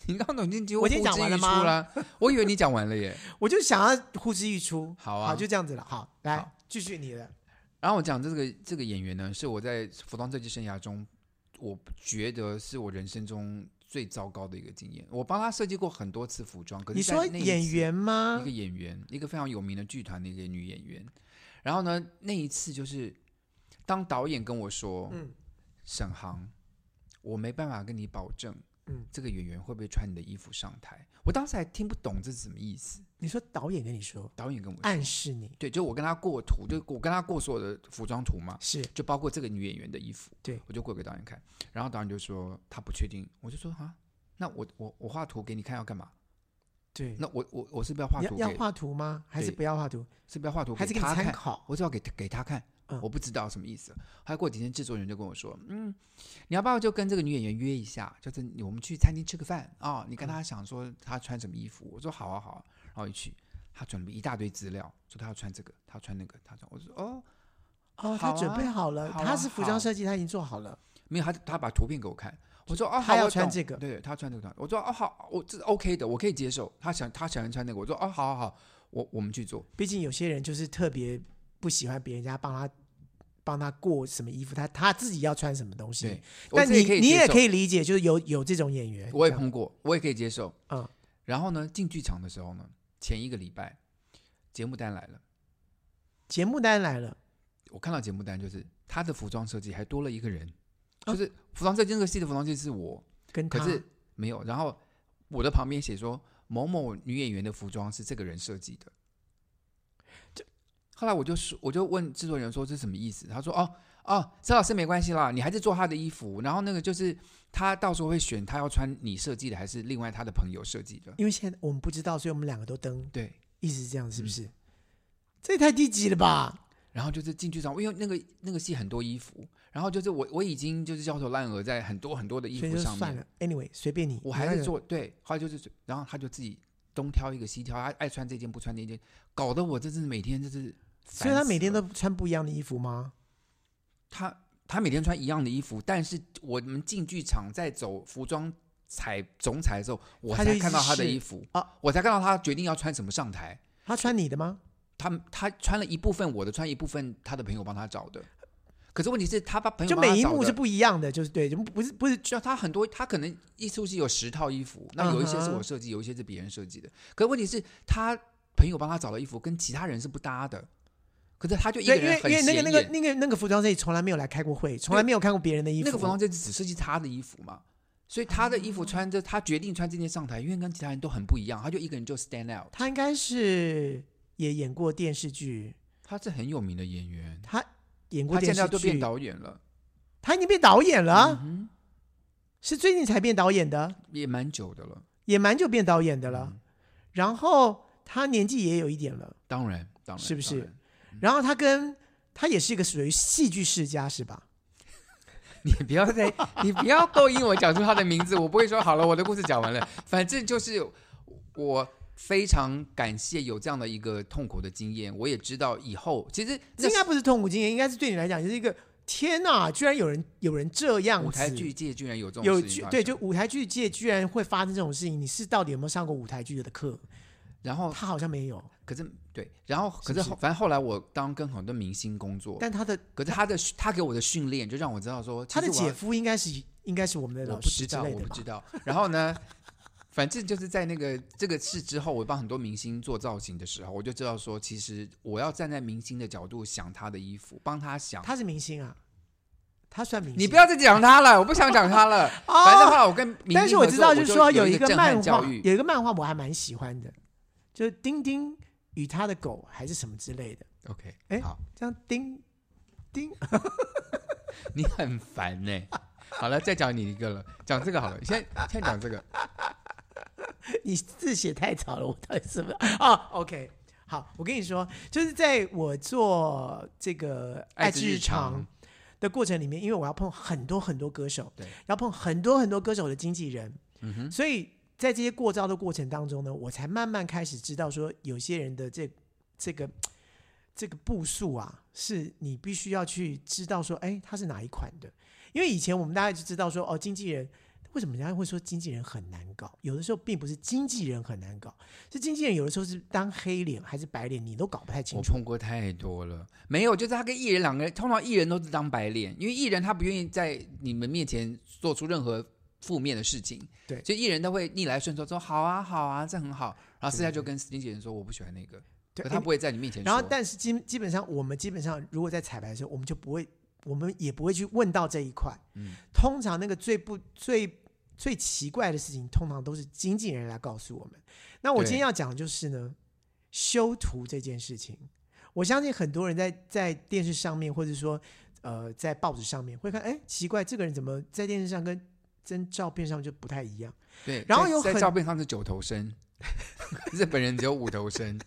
你刚刚已经几乎
我已经
呼
讲
之
完
欲
了
出
吗
啦？我以为你讲完了耶。
我就想要呼之欲出，
好啊
就这样子了，好，来
好
继续你的，
然后我讲这个这个演员呢，是我在服装设计生涯中，我觉得是我人生中最糟糕的一个经验。我帮他设计过很多次服装，可是
你说
在那一
演
次
员吗
一个？演员，一个非常有名的剧团的一个女演员。然后呢，那一次就是当导演跟我说，
嗯
沈航，我没办法跟你保证，
嗯
这个演员会不会穿你的衣服上台。我当时还听不懂这是什么意思，
你说导演跟你说，
导演跟我说，
暗示你
对，就我跟他过图，就我跟他过所有的服装图嘛，
是
就包括这个女演员的衣服，
对
我就过给导演看，然后导演就说他不确定，我就说啊，那我我我画图给你看要干嘛？
对，
那我我我是不是要画
你
图
要
给
要，画图吗？还是
对
不要画图？
是不是要画图
还是
给
给你
他
参
看？
考？
我只要给给他看，
嗯
我不知道什么意思。还过几天，制作人就跟我说，嗯，你要不要就跟这个女演员约一下，就是你我们去餐厅吃个饭啊、你跟她想说她穿什么衣服，我说好啊好啊，然后一去，她准备一大堆资料，说她要穿这个，她要穿那个，她穿，我就说哦，
哦，
好
他
啊
准备好了，
好啊
他是服装
好
设计，他已经做好了。
没有，她她把图片给我看，我说哦，
她
好
要
我
穿
懂
这个
对，她穿这个，我说哦好，我这 OK 的，我可以接受，她想她想穿那个，我说哦好好好，我我们去做，
毕竟有些人就是特别不喜欢别人家帮他帮他过什么衣服，他他自己要穿什么东西
对。，我
但
这也
你
可以
你
接
也
受
可以理解，就是有有这种演员，
我也
哎这样
碰过，我也可以接受。
嗯，
然后呢，进剧场的时候呢，前一个礼拜节目单来了，
节目单来了，
我看到节目单就是他的服装设计还多了一个人，
啊
就是服装设计那个戏的服装设计是我，
跟他
可是没有。然后我的旁边写说某某女演员的服装是这个人设计的。后来我就说，我就问制作人说这什么意思？他说：“哦哦，这老师没关系啦，你还是做他的衣服，然后那个就是他到时候会选他要穿你设计的，还是另外他的朋友设计的。”
因为现在我们不知道，所以我们两个都登，
对，
意思是这样，
嗯
是不是？这也太低级了吧！
然后就是进剧场，因为那个那个戏很多衣服，然后就是我我已经就是焦头烂额在很多很多的衣
所以
服
就
上
算
面，
了，anyway，随便你。
我
你
还
那
是
个
做对，后来就是，然后他就自己东挑一个西挑，他爱穿这件不穿那件，搞得我真是每天就是烦死
所
了，
以他每天都穿不一样的衣服吗？
他他每天穿一样的衣服，但是我们进剧场在走服装采总采的时候，我
他就
才
一直
看到他的
试
衣服
啊，
我才看到他决定要穿什么上台，
他穿你的吗？
他他穿了一部分我的，穿一部分他的朋友帮他找的。可是问题是，他把朋友
就
帮他
每一
找
幕
的
是不一样的，就是对，就不是不是
就他很多，他可能一出戏有十套衣服，那有一些是
嗯
我
哼
设计，有一些是别人设计的。可问题是，他朋友帮他找的衣服跟其他人是不搭的，可是他就一个
对，因为
人很
因为那
显
个
眼。
那个那个那个服装设计从来没有来开过会，从来没有看过别人的衣服。哦
那个服装设计只设计他的衣服嘛，所以他的衣服穿着，他决定穿这件上台，因为跟其他人都很不一样，他就一个人就 stand out。
他应该是也演过电视剧，
他是很有名的演员，
他演过
他
电
现
视
在都变
剧，
导演了，
他已经变导演了，
嗯
是最近才变导演的，
哼也蛮久的了。
也蛮久变导演的了。
嗯
然后他年纪也有一点了，
当然，当然，
是不
当
是
然？
然后他跟他也是一个属于戏剧世家是吧？
你不要再，你不要勾引我讲出他的名字，我不会说好了，我的故事讲完了。反正就是我非常感谢有这样的一个痛苦的经验，我也知道以后其实
这
那
应该不是痛苦经验，应该是对你来讲就是一个天哪，居然有人有人这样子。
舞台剧界居然有这种
有
事情
剧
发生
对，就舞台剧界居然会发生这种事情，你是到底有没有上过舞台剧的课？
然后
他好像没有，
可是对，然后可是
是不
后反正后来我当跟很多明星工作，
但他的
可是他的他给我的训练就让我知道说，
他的
其实我要
姐夫应该是应该是我们的
我
老
不
师
知
之
道，
类
我
的
不
吧
知？道。然后呢， 反正就是在那个这个事之后，我帮很多明星做造型的时候，我就知道说，其实我要站在明星的角度想他的衣服，帮他想。
他是明星啊，他算明星。
你不要再讲他了，我不想讲他 了。
哦
反正后来我跟明星合作，
但是我知道，
就是
说
有
一
震撼
漫
教
画，
育，
有一个漫画我还蛮喜欢的，就是丁丁与他的狗还是什么之类的，
OK，
哎
好，
这样丁丁
你很烦呢、好了，再讲你一个了，讲这个好了，先先讲这个。
你字写太早了，我到底是不是啊？OK，好，我跟你说，就是在我做这个
爱
爱
之
之
日
日常
常
的过程里面，因为我要碰很多很多歌手，
对，
要碰很多很多歌手的经纪人，
嗯哼，
所以在这些过招的过程当中呢，我才慢慢开始知道说，有些人的这这个这个步数啊，是你必须要去知道说，哎，他是哪一款的。因为以前我们大概就知道说，哦，经纪人为什么人家会说经纪人很难搞？有的时候并不是经纪人很难搞，是经纪人有的时候是当黑脸还是白脸，你都搞不太清
我
楚。
碰过太多了，没有，就是他跟艺人两个人，通常艺人都是当白脸，因为艺人他不愿意在你们面前做出任何负面的事情，
对
所以艺人都会逆来顺受，说好啊好啊，这很好，然后私下就跟经纪人说我不喜欢那个，
对，哎
可他不会在你面前说，
然后，但是基基本上，我们基本上如果在彩排的时候，我们就不会，我们也不会去问到这一块。
嗯，
通常那个最不最最奇怪的事情，通常都是经纪人来告诉我们。那我今天
对
要讲的就是呢，修图这件事情，我相信很多人在在电视上面，或者说呃在报纸上面会看，哎，奇怪，这个人怎么在电视上跟真照片上就不太一样？
对，
然后
在
有
在
很
照片上是九头身，日本人只有五头 身。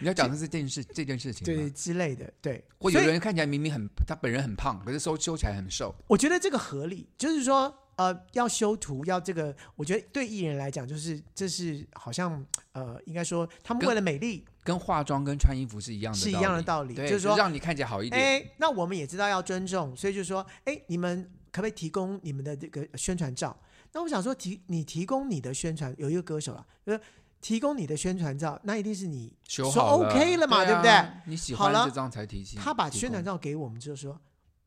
你要讲的是这件事这件事情
对
吗？
之类的，对。
或
所
有
以
人看起来明明很他本人很胖，可是收修起来很瘦。
我觉得这个合理，就是说，呃，要修图，要这个，我觉得对艺人来讲，就是这是好像呃，应该说他们
跟
为了美丽
跟化妆跟穿衣服是一样的，
是一样的道理，
理，
就
嗯对，
是
只
说，
让你看起来好一点。
哎，那我们也知道要尊重，所以就是说，哎，你们可不可以提供你们的这个宣传照？那我想说提，你提供你的宣传，有一个歌手了，就是提供你的宣传照，那一定是你
修
说
好了
OK 了嘛
对
对不对
啊？你喜
好
欢
了
这张才提醒。
他把
提供
宣传照给我们之后说：“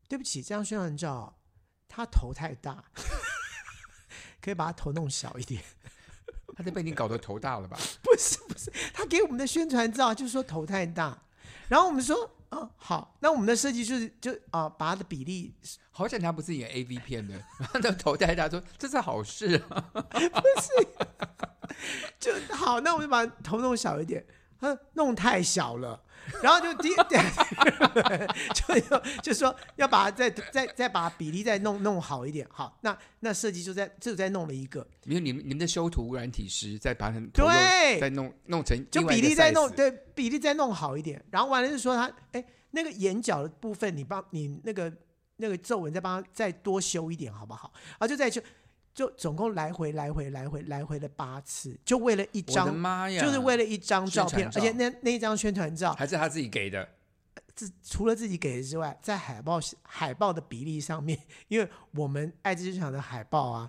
对不起，这张宣传照他头太大， 可以把他头弄小一点。
他得被你搞得头大了吧？”
不是不是，他给我们的宣传照就是说头太大，然后我们说：“嗯，好。”那我们的设计就是就啊、把他的比例
好像他不是演 A V 片的， 他的头戴大说这是好事啊。
就好，那我们就把头弄小一点。嗯，弄太小了，然后就第 就要就说要把它再再再把比例再弄弄好一点。好，那那设计就在就再弄了一个，
因为你们你们的修图软体师再把很头
对
又再弄弄成
就
另外一
比
个
例再弄
size
对比例再弄好一点，然后完了就说他哎那个眼角的部分你帮你那个那个皱纹再帮他再多修一点好不好？啊就再修，就总共来回来回来回来回了八次，就为了一
我的
张。
妈呀！
就是为了一张照片，
宣传照
而且那那一张宣传照，
还是他自己给的，
自除了自己给的之外，在海报海报的比例上面，因为我们爱之场的海报啊，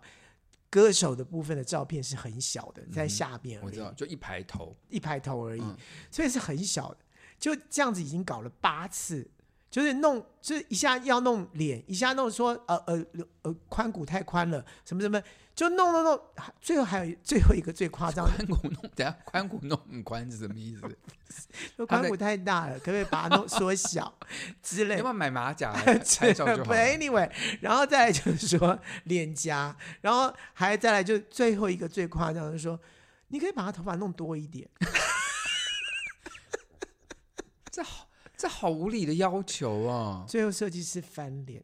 歌手的部分的照片是很小的，在下面而已
嗯我知道，就一排头。
一排头而已，
嗯
所以是很小的。就这样子已经搞了八次，就是弄，就是一下要弄脸，一下弄说呃呃呃髋骨太宽了，什么什么，就弄弄弄，还最后还有最后一个最夸 张的，
髋骨弄，等下髋骨弄很宽是什 么意思？
说
他在
髋骨太大了，可不可以把它弄缩小 之
要
类
不
的。
要买马甲 来拍照就好
不
了？
，anyway，然后再来就是说脸颊，然后还再来就最后一个最夸张的是说，你可以把他头发弄多一点，
这好，这好无理的要求啊！
最后设计师翻脸，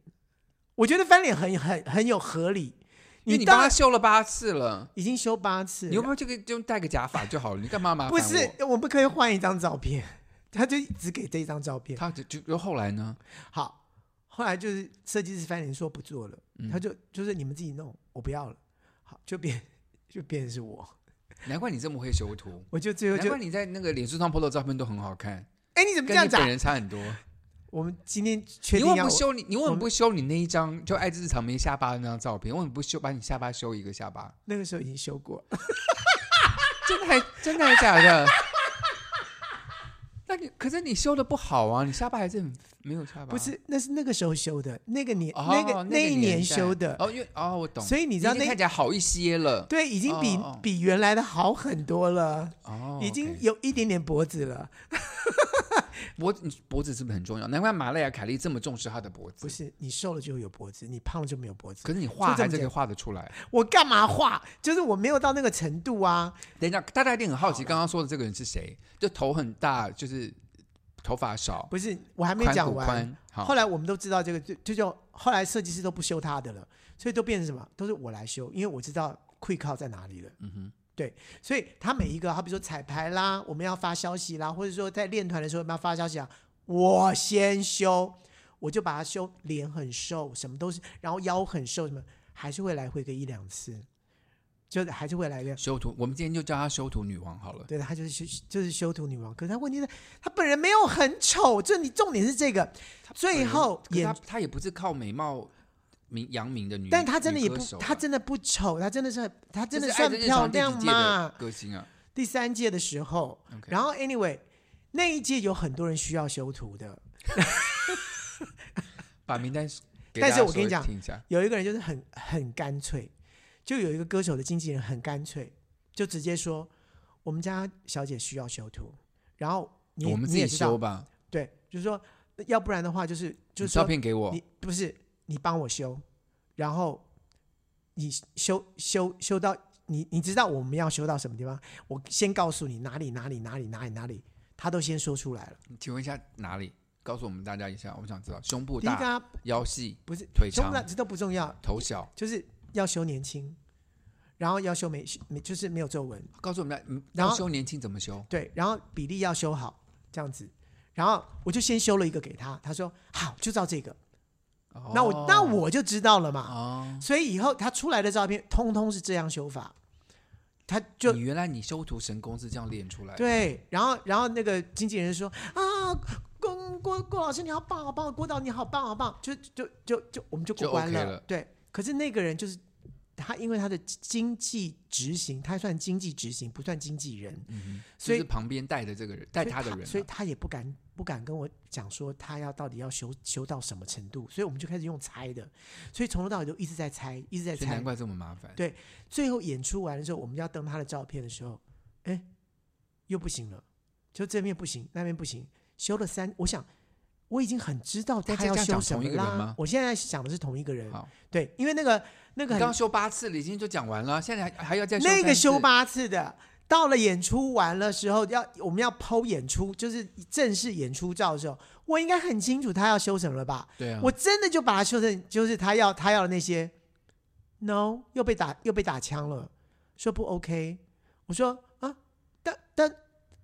我觉得翻脸很很很有合理。
因为你帮
当
他
然
修了八次了，
已经修八次
你要
了，
不要这个就戴个假发就好了？你干嘛麻烦
不
我？
是我们可以换一张照片， 他就只给这张照片。
他就就后来呢？
好，后来就是设计师翻脸说不做了，
嗯
他就就是你们自己弄，我不要了。好，就变就变成是我，
难怪你这么会修图，
我就最后
难
就
怪你在那个脸书上 PO 的照片都很好看，
哎，你怎么这
跟
样
你
讲
本？人差很多。
我们今天确
你
定
为什
要
么不修你？你为什
我
么不修你那一张就爱之日常没下巴的那张照片？为什么不修把你下巴修一个下巴？
那个时候已经修过，
真的还真的还假的？ 那你可是你修的不好啊，你下巴还是很没有下巴。啊
不是那是那个时候修的，那个年、
哦
那个
那
一
年
年修
代
的，
哦，因为哦我懂，
所以你知道
已经
那
看起来好一些了
对，已经比
哦哦
比原来的好很多了，
哦，
已经
OK
有一点点脖子了。
脖子脖子是不是很重要？难怪玛丽亚凯莉这么重视她的脖子
不。是你瘦了就有脖子，你胖了就没有脖子。
可是你画
就这么
还是可以
讲
画得出来。
我干嘛画？就是我没有到那个程度啊。
等一下，大家一定很好奇，
好了
刚刚说的这个人是谁？就头很大，就是头发少，
不是，我还没
髋
讲
骨
完。
宽。
后
好，
来我们都知道这个，就就就后来设计师都不修他的了，所以都变成什么？都是我来修，因为我知道 quick 靠在哪里了。
嗯哼，
所以他每一个，好比说彩排啦，我们要发消息啦，或者说在练团的时候我们要发消息啊，我先修，我就把它修，脸很瘦，什么都是，然后腰很瘦，什么还是会来回个一两次，就还是会来 个。
修图，我们今天就叫她修图女王好了。
对的，她就是修，就是修图女王。可是她问题是，她本人没有很丑，这你重点是这个。最后
可是她
演，
她也不是靠美貌名扬名的女，
但她真的也不
女歌手，啊
她真的不丑，她真的是，她真的
这是
算
爱
漂
这
亮
是上
嘛
帝几届的。歌星啊。
第三届的时候
OK
然后 anyway 那一届有很多人需要修图的，
把 名单给
但
大
是
家
我跟你
稍
讲
微听一下，
有一个人就是很很干脆，就有一个歌手的经纪人很干脆，就直接说我们家小姐需要修图，然后你
我们自
你
己
也知道
修吧，
对，就是说要不然的话就是就
你
是
照
说
片给我
你，不是你帮我修，然后你修修修到你你知道我们要修到什么地方，我先告诉你哪里哪里哪里哪里哪里，他都先说出来了。
请问一下哪里？告诉我们大家一下，我想知道胸部
第一个
大、
啊
腰细、
不是
腿
重
长
不、这都不重要，
头小，
就是要修年轻。然后要修眉，眉就是没有皱纹，
告诉我们来，嗯
然
要
后
修年轻怎么修？
对，然后比例要修好，这样子。然后我就先修了一个给他，他说好，就照这个。那我那
哦
我就知道了嘛。
哦，
所以以后他出来的照片，通通是这样修法。他就
你原来你修图神功是这样练出来的，
对，然后然后那个经纪人说啊，郭郭郭老师你好棒好棒，郭导你好棒好棒，就就就就我们就
就
过关
OK 了
对，可是那个人就是他，因为他的经济执行，他算经济执行，不算经纪人，
嗯哼
所以
就是旁边带的这个人，带
所以
他的人啊，
所以他也不敢不敢跟我讲说他要到底要修修到什么程度，所以我们就开始用猜的，所以从头到尾都一直在猜，一直在
所以难
猜。
怪这么麻烦。
对最后演出完的时候，我们要登他的照片的时候，哎，又不行了，就这面不行，那边不行，修了三，我想我已经很知道
但
他
这
要
样
修
讲
什
同
么
一个人
啦
吗。
我现在想的是同一个人，
好，
对，因为那个那
你
个
刚刚
很
修八次了，已经就讲完了，现在还还要再修
那个
三次
修，八次的。到了演出完了时候，要我们要剖演出，就是正式演出照的时候，我应该很清楚他要修什么了吧？
对啊，
我真的就把它修成，就是他要他要的那些，no，又被打又被打枪了，说不 OK，我说啊，但但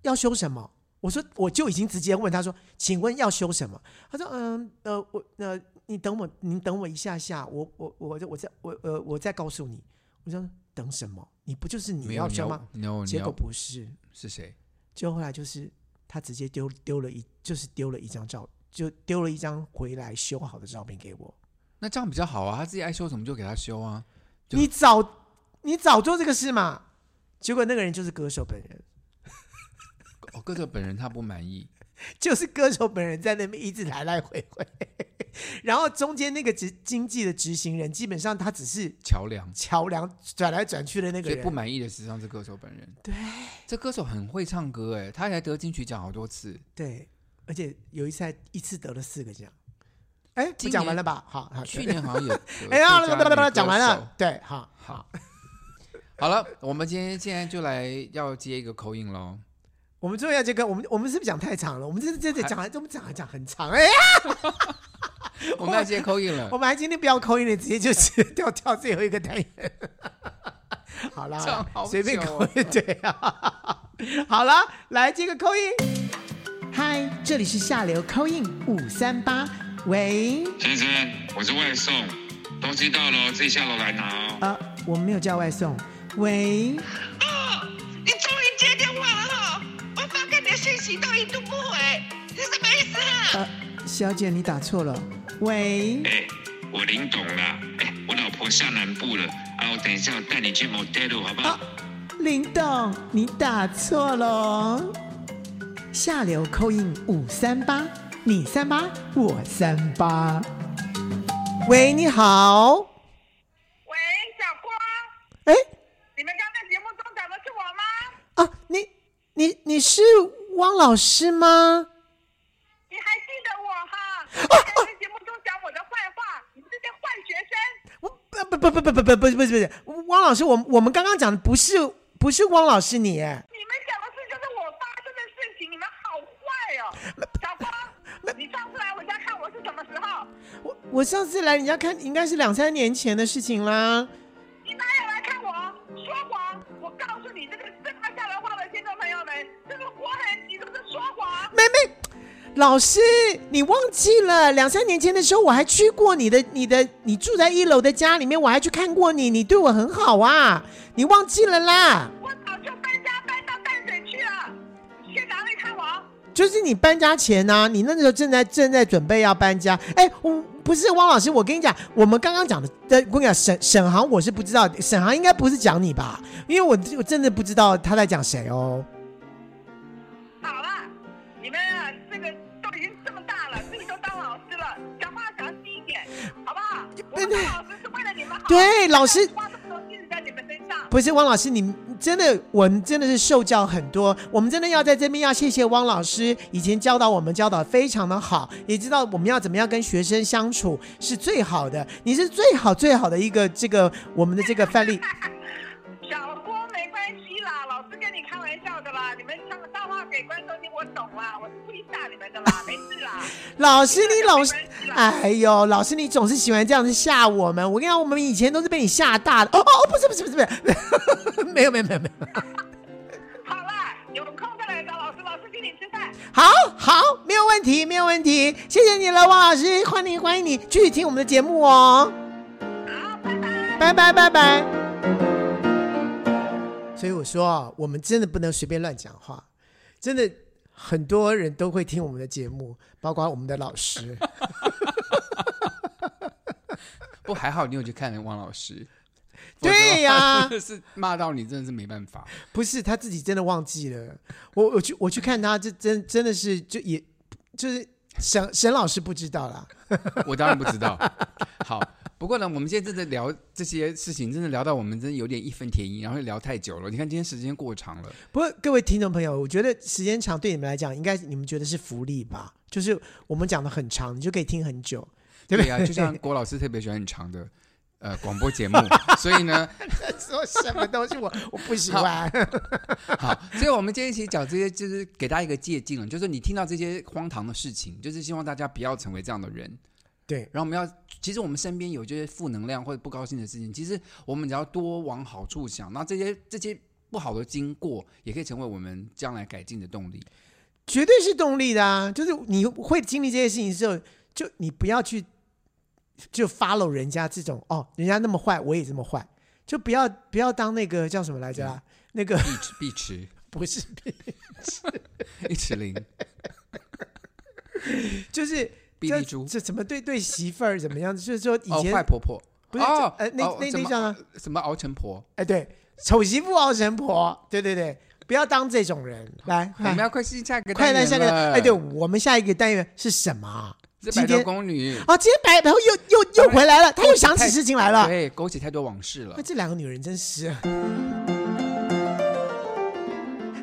要修什么？我说我就已经直接问他说，请问要修什么？他说嗯呃我呃你等我你等我一下下，我我我我再我呃我再告诉你。我说等什么？你不就是你
没有
要修吗？
？no，
结果不是，
是谁？
就后来就是他直接丢丢了一，就是丢了一张照，就丢了一张回来修好的照片给我。
那这样比较好啊，他自己爱修什么就给他修啊。就
你早你早做这个事嘛？结果那个人就是歌手本人，
哦，哥哥本人他不满意，
就是歌手本人在那边一直来来回回，然后中间那个执经济的执行人，基本上他只是
桥梁，
桥梁转来转去的那个
所以不
人。
满意的实际上是歌手本人。
对
这歌手很会唱歌哎，他还得金曲奖好多次。
对，而且有一次还一次得了四个奖。哎，不
今
讲
年
完了吧？好，好，
去年 好像有，
啊哎呀，
呀，最佳女歌
讲完
手
了。，对，好
好，好了，我们今天现在就来要接一个口音 喽。
我们终于要这个，我们我们是不是讲太长了？我们这这这
还
讲，我们讲讲很长哎、呀
我们要接口音了
我，们还今天不要扣音了，直接就直接跳跳最后一个单元。 好
这样
啦，
好久哦
随便扣音，对啊。 好了，来接个扣音。嗨，这里是下流扣音五三八，喂，
先生，我是外送，东西到了哦自己下楼来拿哦。
呃，我们没有叫外送，喂，
哦，你终于接电话了哈、我发给你的信息都一度不回，是什么意思啊？
呃，小姐你打错了，喂
哎、，我林董啦，哎、我老婆下南部了，啊，我等一下我带你去 motel 好不好？
啊林董，你打错了哦。下流扣印五三八，你三八，我三八。喂，你好。
喂，小郭，
哎
你们刚在节目中讲的是我吗？
啊，你你你是汪老师吗？
你还记得我哈？你还在节目中讲我的坏话，你这些坏学生，
我不不不不不不不不是不是汪老师，我们我们刚刚讲的不是不是汪老师你，哎
你们讲的事就是我发生的事情，你们好坏哦！小郭，你上次来我家看我是什么时候？
我我上次来人家看应该是两三年前的事情啦。
你哪有来看我？说谎！我告诉你，这个这个下来话的听众朋友们，这个国人你都是说谎。
妹妹，老师，你忘记了两三年前的时候，我还去过你的、你的、你住在一楼的家里面，我还去看过你，你对我很好啊，你忘记了啦？
我早就搬家搬到淡水去了，你去哪里看我？
就是你搬家前呢、你那时候正在正在准备要搬家，哎，我不是汪老师，我跟你讲，我们刚刚讲的，呃我跟你讲，沈沈航我是不知道，沈航应该不是讲你吧？因为我我真的不知道他在讲谁哦。
好了，你们啊，这个都已经这么大了，自己都当老师了，讲话小心一点，好不好？我们当老师是为了你们好，
对老师
花这么多精力在你们身上。
不是汪老师，你真的，我们真的是受教很多。我们真的要在这边要谢谢汪老师，以前教导我们教导非常的好，也知道我们要怎么样跟学生相处是最好的。你是最好最好的一个这个我们的这个范例。
小郭没关系啦，老师跟你开玩笑的啦。你们讲大话给观众听，我懂啦，我是故意吓你们的啦，没事啦。
老师，你老师
没关系啦
哎呦，老师，你总是喜欢这样子吓我们。我跟你讲，我们以前都是被你吓大的。哦哦哦，不是不是不是不是， 没有没有没有没有。
好啦，有空再来找老师，老师请你吃饭。
好好，没有问题，没有问题，谢谢你了，王老师，欢迎欢迎你继续听我们的节目哦，
好，拜拜。
拜拜拜拜。所以我说啊，我们真的不能随便乱讲话，真的很多人都会听我们的节目，包括我们的老师。
不还好你有去看汪老师，
对呀
否则的话真的 是骂到你真的是没办法。
不是他自己真的忘记了，我我去我去看他，这真真的是就也就是沈沈老师不知道啦。
我当然不知道。 好，不过呢，我们现在正在聊这些事情，真的聊到我们真的有点义愤填膺，然后聊太久了。你看今天时间过长了，
不过各位听众朋友，我觉得时间长对你们来讲，应该你们觉得是福利吧？就是我们讲的很长，你就可以听很久。对不
呀、就像郭老师特别喜欢很长的呃广 播节目，所以呢，
说什么东西我 我不喜欢。
好，所以我们今天一起讲这些，就是给大家一个借鉴了，就是你听到这些荒唐的事情，就是希望大家不要成为这样的人。
对，
然后我们要，其实我们身边有这些负能量或者不高兴的事情，其实我们只要多往好处想，那这些这些不好的经过，也可以成为我们将来改进的动力。
绝对是动力的啊！就是你会经历这些事情之后，就你不要去就 follow 人家这种哦，人家那么坏，我也这么坏，就不要不要当那个叫什么来着、啊？那 个
碧池，碧池，
不是，
一池林，
就是
碧
这
丽珠，
这怎么对对媳妇儿怎么样？就是说以
哦，
前、
坏婆婆，
不是
哦，
呃那
哦
那
什
那
么
叫啊
什么熬成婆，
哎，对，丑媳妇熬成婆，对对对，不要当这种人。来，
我们
来
要哎快下下一个
哎快来
单
下
元
个，
了
哎，对，我们下一个单元是什么啊？
是
今
白
天
头宫女，
哦，今天白白又又又回来了，她又想起事情来了。
对，勾起太多往事了
那。这两个女人真是。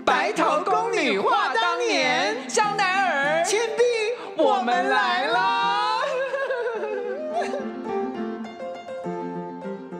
白头宫女话当年，香奈儿、
铅
笔，我们来啦！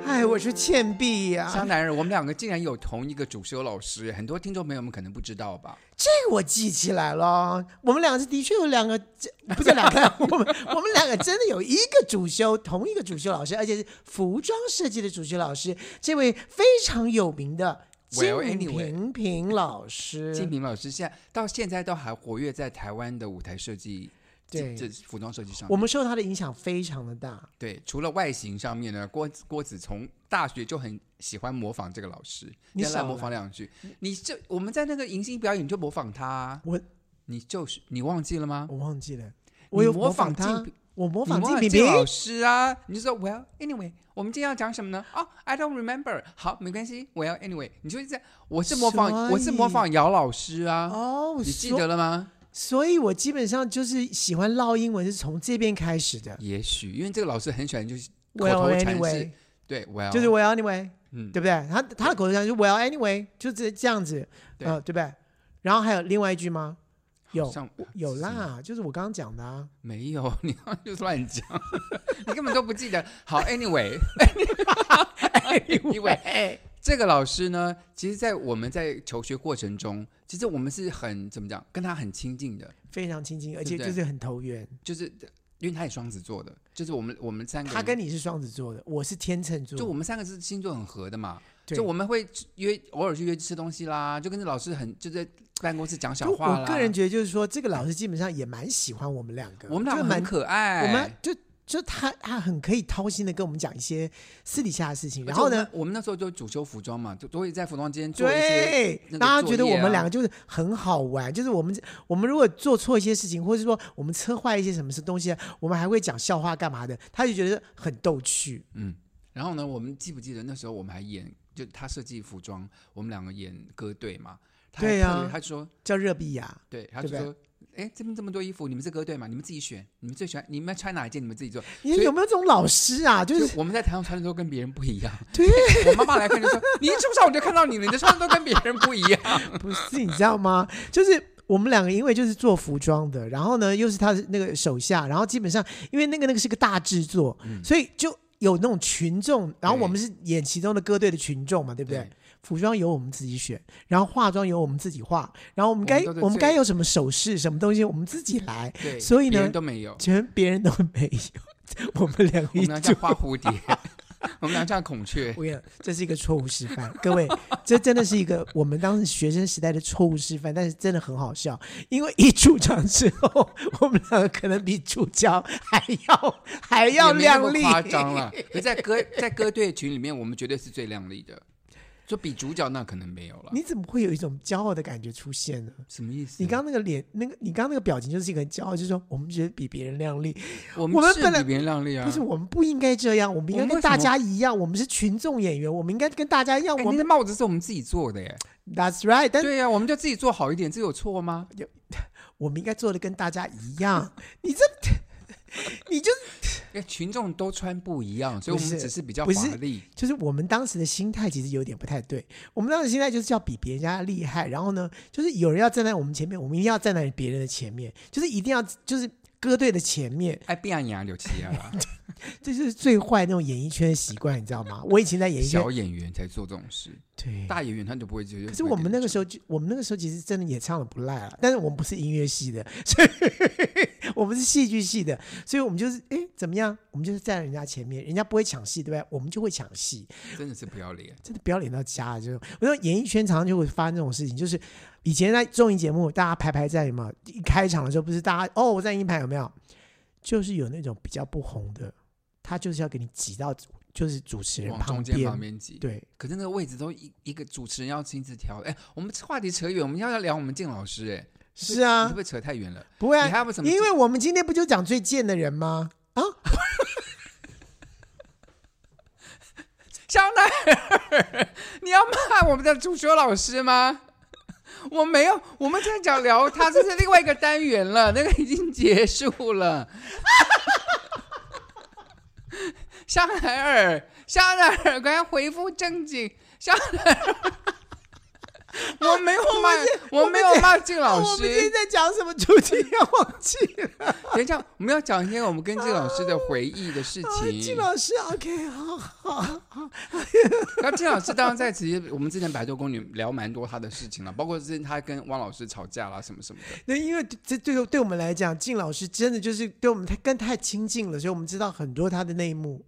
哎，我说倩碧呀、
香男人，我们两个竟然有同一个主修老师，很多听众朋友们可能不知道吧？
这个我记起来了。我们两个的确有两个，这不是两 个，我们我们两个真的有一个主修，同一个主修老师，而且是服装设计的主修老师，这位非常有名的
Well,
金
anyway
平平老师。
金平老师现在到现在都还活跃在台湾的舞台设计，
对
这这服装设计上面。
我们受他的影响非常的大。
对，除了外形上面呢，郭郭子从大学就很喜欢模仿这个老师，
你
再来
少
模仿两句。你就我们在那个迎新表演你就模仿他啊、
我
你就是你忘记了吗？
我忘记了，
你
我有
模仿
他
金平，
我模仿
模你
金
忘
平
记
平。
老师啊，你就说 Well anyway，我们今天要讲什么呢？哦、i don't remember，好，没关系，Well anyway，你就这样，我是模
所
仿，我是模
以
仿姚老师啊，
哦，
你记
所
得了吗？
所以我基本上就是喜欢唠英文是从这边开始的。
也许因为这个老师很喜欢就是口
Well
头禅是
anyway，
对 Well，
就是 Well anyway，
嗯
对不对？他他的口头禅是 Well anyway，就这这样子，
对
呃，对不对？然后还有另外一句吗？有
像
有
是吗
啦，就是我刚刚讲的 啊。
没有，你就是乱讲， 你根本都不记得。好，anyway，
Anyway，
这个老师呢，其实，在我们在求学过程中，其实我们是很怎么讲，跟他很亲近的，
非常亲近，而且
对不
就
对
是很投缘。
就是因为他也双子座的，就是我们我们三个人，
他跟你是双子座的，我是天秤
就
座
我，们三个是星座很合的嘛，
对
就我们会约偶尔去约吃东西啦，就跟着老师很就在办公室讲小
就
话
我
啦。
个人觉得就是说，这个老师基本上也蛮喜欢我们两个，
我们
就
俩很
蛮
可爱，
我们就就他他很可以掏心的跟我们讲一些私底下的事情，然后
而且我
呢
们，，我们那时候就主修服装嘛，就都会在服装间做一些
对，
那个
大家觉得
作业
我
啊
们两个就是很好玩，就是我们我们如果做错一些事情，或者是说我们车坏一些什么东西，我们还会讲笑话干嘛的，他就觉得很逗趣。
嗯，然后呢，我们记不记得那时候我们还演，就他设计服装，我们两个演歌队嘛。他还
对呀
特别他就说，
叫热碧雅，
对，他就
对不
说，哎，这边这么多衣服，你们是歌队嘛？你们自己选，你们最喜欢，你们要穿哪一件，你们自己做。
你
所以
有没有这种老师啊？就
就是我们在台上穿的都跟别人不一样。
对，
我妈妈来看就说，你一出场我就看到你了，你的穿的都跟别人不一样。
不是你知道吗？就是。我们两个因为就是做服装的，然后呢又是他的那个手下，然后基本上因为那个那个是个大制
嗯
作，所以就有那种群众，然后
对
我们是演其中的歌队的群众嘛，对不对？服装由我们自己选，然后化妆由我们自己化，然后我们该
我们都是
我们
最
该有什么首饰、什么东西，我们自己来。
对，
所以
别
呢
人，都没有，
全别人都没有， 我们两
我
个一
们俩
组
像。花蝴蝶， 我们俩像孔雀，
我跟你讲，这是一个错误示范，各位，这真的是一个我们当时学生时代的错误示范，但是真的很好笑，因为一出场之后，我们两个可能比主角还要还要
也没那么
靓丽，
夸 张了。可在歌在歌队群里面，我们绝对是最靓丽的，就比主角那可能没有了。
你怎么会有一种骄傲的感觉出现呢？
什么意思？
你刚刚那个脸，那个你刚刚那个表情就是一个很骄傲，就是说我们觉得比别人靓丽，
我
我们
是
本来
比别人靓丽啊，
不是我们不应该这样，我们应该
我们
跟
为什
大
么
家一样，我们是群众演员，我们应该跟大家一样，
哎
我们
你
嗯
的帽子是我们自己做的耶。
That's right，但
对呀、啊我们就自己做好一点，这有错吗？
我们应该做的跟大家一样，你这 你就
因为哎群众都穿不一样，所以
不
我们
是
只是比较
不是
华丽。
就是我们当时的心态其实有点不太对。我们当时心态就是要比别人家厉害，然后呢，就是有人要站在我们前面，我们一定要站在别人的前面，就是一定要就是歌队的前面，
哎，变呀，柳琪 啊，
这就是最坏那种演艺圈的习惯，你知道吗？我以前在演艺圈
小，演员才做这种事，
对。
大演员他就不会觉得。
可是我们那个时候就，我们那个时候其实真的也唱的不赖啊了，但是我们不是音乐系的，所以 我们是戏剧系的，所以我们就是哎怎么样，我们就是站在人家前面，人家不会抢戏，对不对？我们就会抢戏，
候真的是不要脸，
真的不要脸到家了。啊就是我说演艺圈常常就会发生这种事情，就是以前在综艺节目，大家排排站有没有？一开场的时候不是大家哦我站一排有没有？就是有那种比较不红的，他就是要给你挤到就是主持人
往
旁
中间
边，
旁边挤。
对，
可是那个位置都一一个主持人要亲自调。哎，我们话题扯远，我们要要聊我们敬老师，哎，
是啊
你会不会扯太远了？
不会啊，
你还有什么
因为我们今天不就讲最贱的人吗？啊，
小奶儿，你要骂我们的主修老师吗？ 我没有，我们在讲聊他，这是另外一个单元了，那个已经结束了。 香奈儿，香奈儿，快回复正经，香奈儿。我没有骂，我没有骂敬 老
哎我们今天
师。
在讲什么主题要忘记 了？
等一下，我们要讲一些我们跟敬老师的回忆的事
啊
情。
季老师，OK，好好好，
那金老师当然在其实我们之前白昼宫女聊蛮多他的事情了，包括之前他跟汪老师吵架啦什么什么的。
那因为这对对我们来讲，靳老师真的就是对我们太跟太亲近了，所以我们知道很多他的内幕。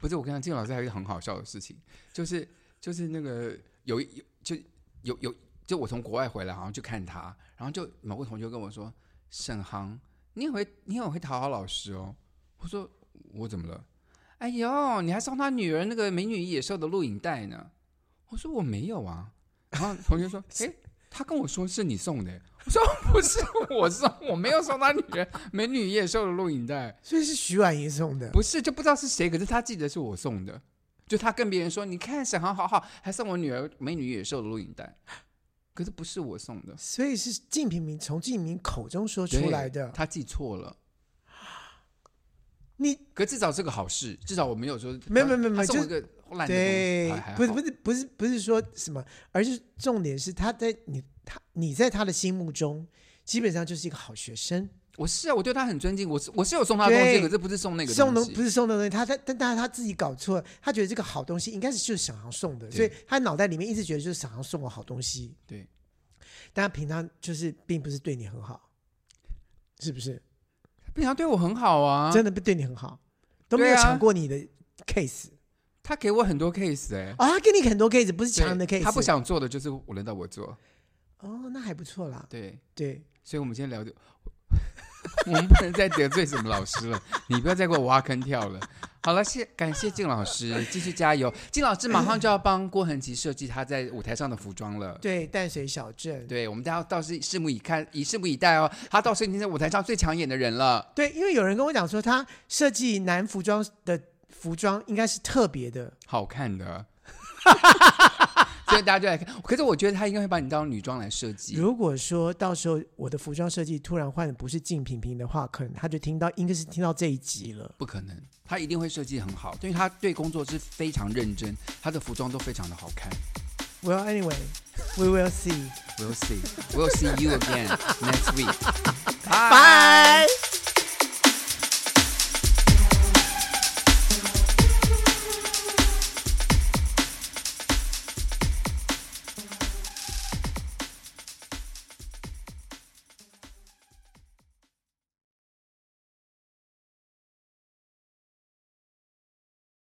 不是我跟你讲，金老师还有一个很好笑的事情，就是就是那个有一有就有有就我从国外回来，好像去看他，然后就某个同学跟我说：“沈航，你很会你很会讨好老师哦。”我说：“我怎么了？”哎呦，你还送他女儿那个《美女与野兽》的录影带呢？我说我没有啊。然后同学说：“哎、他跟我说是你送的。”我说：“不是我送，我没有送他女儿《美女与野兽》的录影带。”
所以是徐婉莹送的，
不是，就不知道是谁，可是他记得是我送的。就他跟别人说：“你看沈航好好，还送我女儿《美女与野兽》的录影带。”可是不是我送的，
所以是靳平民从靳平民口中说出
对
来的。
他记错了。
你
可至少是个好事，至少我没有说
没有没有没有没
他
有
送我一
就
个烂的东西
对
还还，好
不是不是不是不是说什么，而是重点是他在你他你在他的心目中基本上就是一个好学生，
我是啊，我对他很尊敬，我是我是有送他的东西，
对
可是不是送那个
送
东
东
西，
不是送的东西，他他但但是他自己搞错了，他觉得这个好东西应该是就是沈航送的，
对
所以他脑袋里面一直觉得就是沈航送我好东西，
对，
但他平常就是并不是对你很好，是不是？
平常对我很好啊，
真的不对你很好，都没有
对啊
抢过你的 case
他给我很多 case 哎、
啊、他给你很多 case，不是抢你的
对
case，
他不想做的就是我轮到我做，
哦，那还不错啦，
对，
对，
所以我们今天 聊的，我们不能再得罪什么老师了，你不要再给我挖坑跳了。好了，谢感谢靳老师，继续加油。靳老师马上就要帮郭恒琪设计他在舞台上的服装了。
对，淡水小镇，
对，我们大家倒是拭目以看，以拭目以待哦。他到时候已经在舞台上最抢眼的人了。
对，因为有人跟我讲说，他设计男服装的服装应该是特别的，
好 看的。所以大家就来看，可是我觉得他应该会把你当女装来设计。
如果说到时候我的服装设计突然换的不是静平平的话，可能他就听到应该是听到这一集了。
不可能，他一定会设计很好，因为他对工作是非常认真，他的服装都非常的好看。
Well, anyway, we will see.
We'll see. We'll see you again next week.
Bye.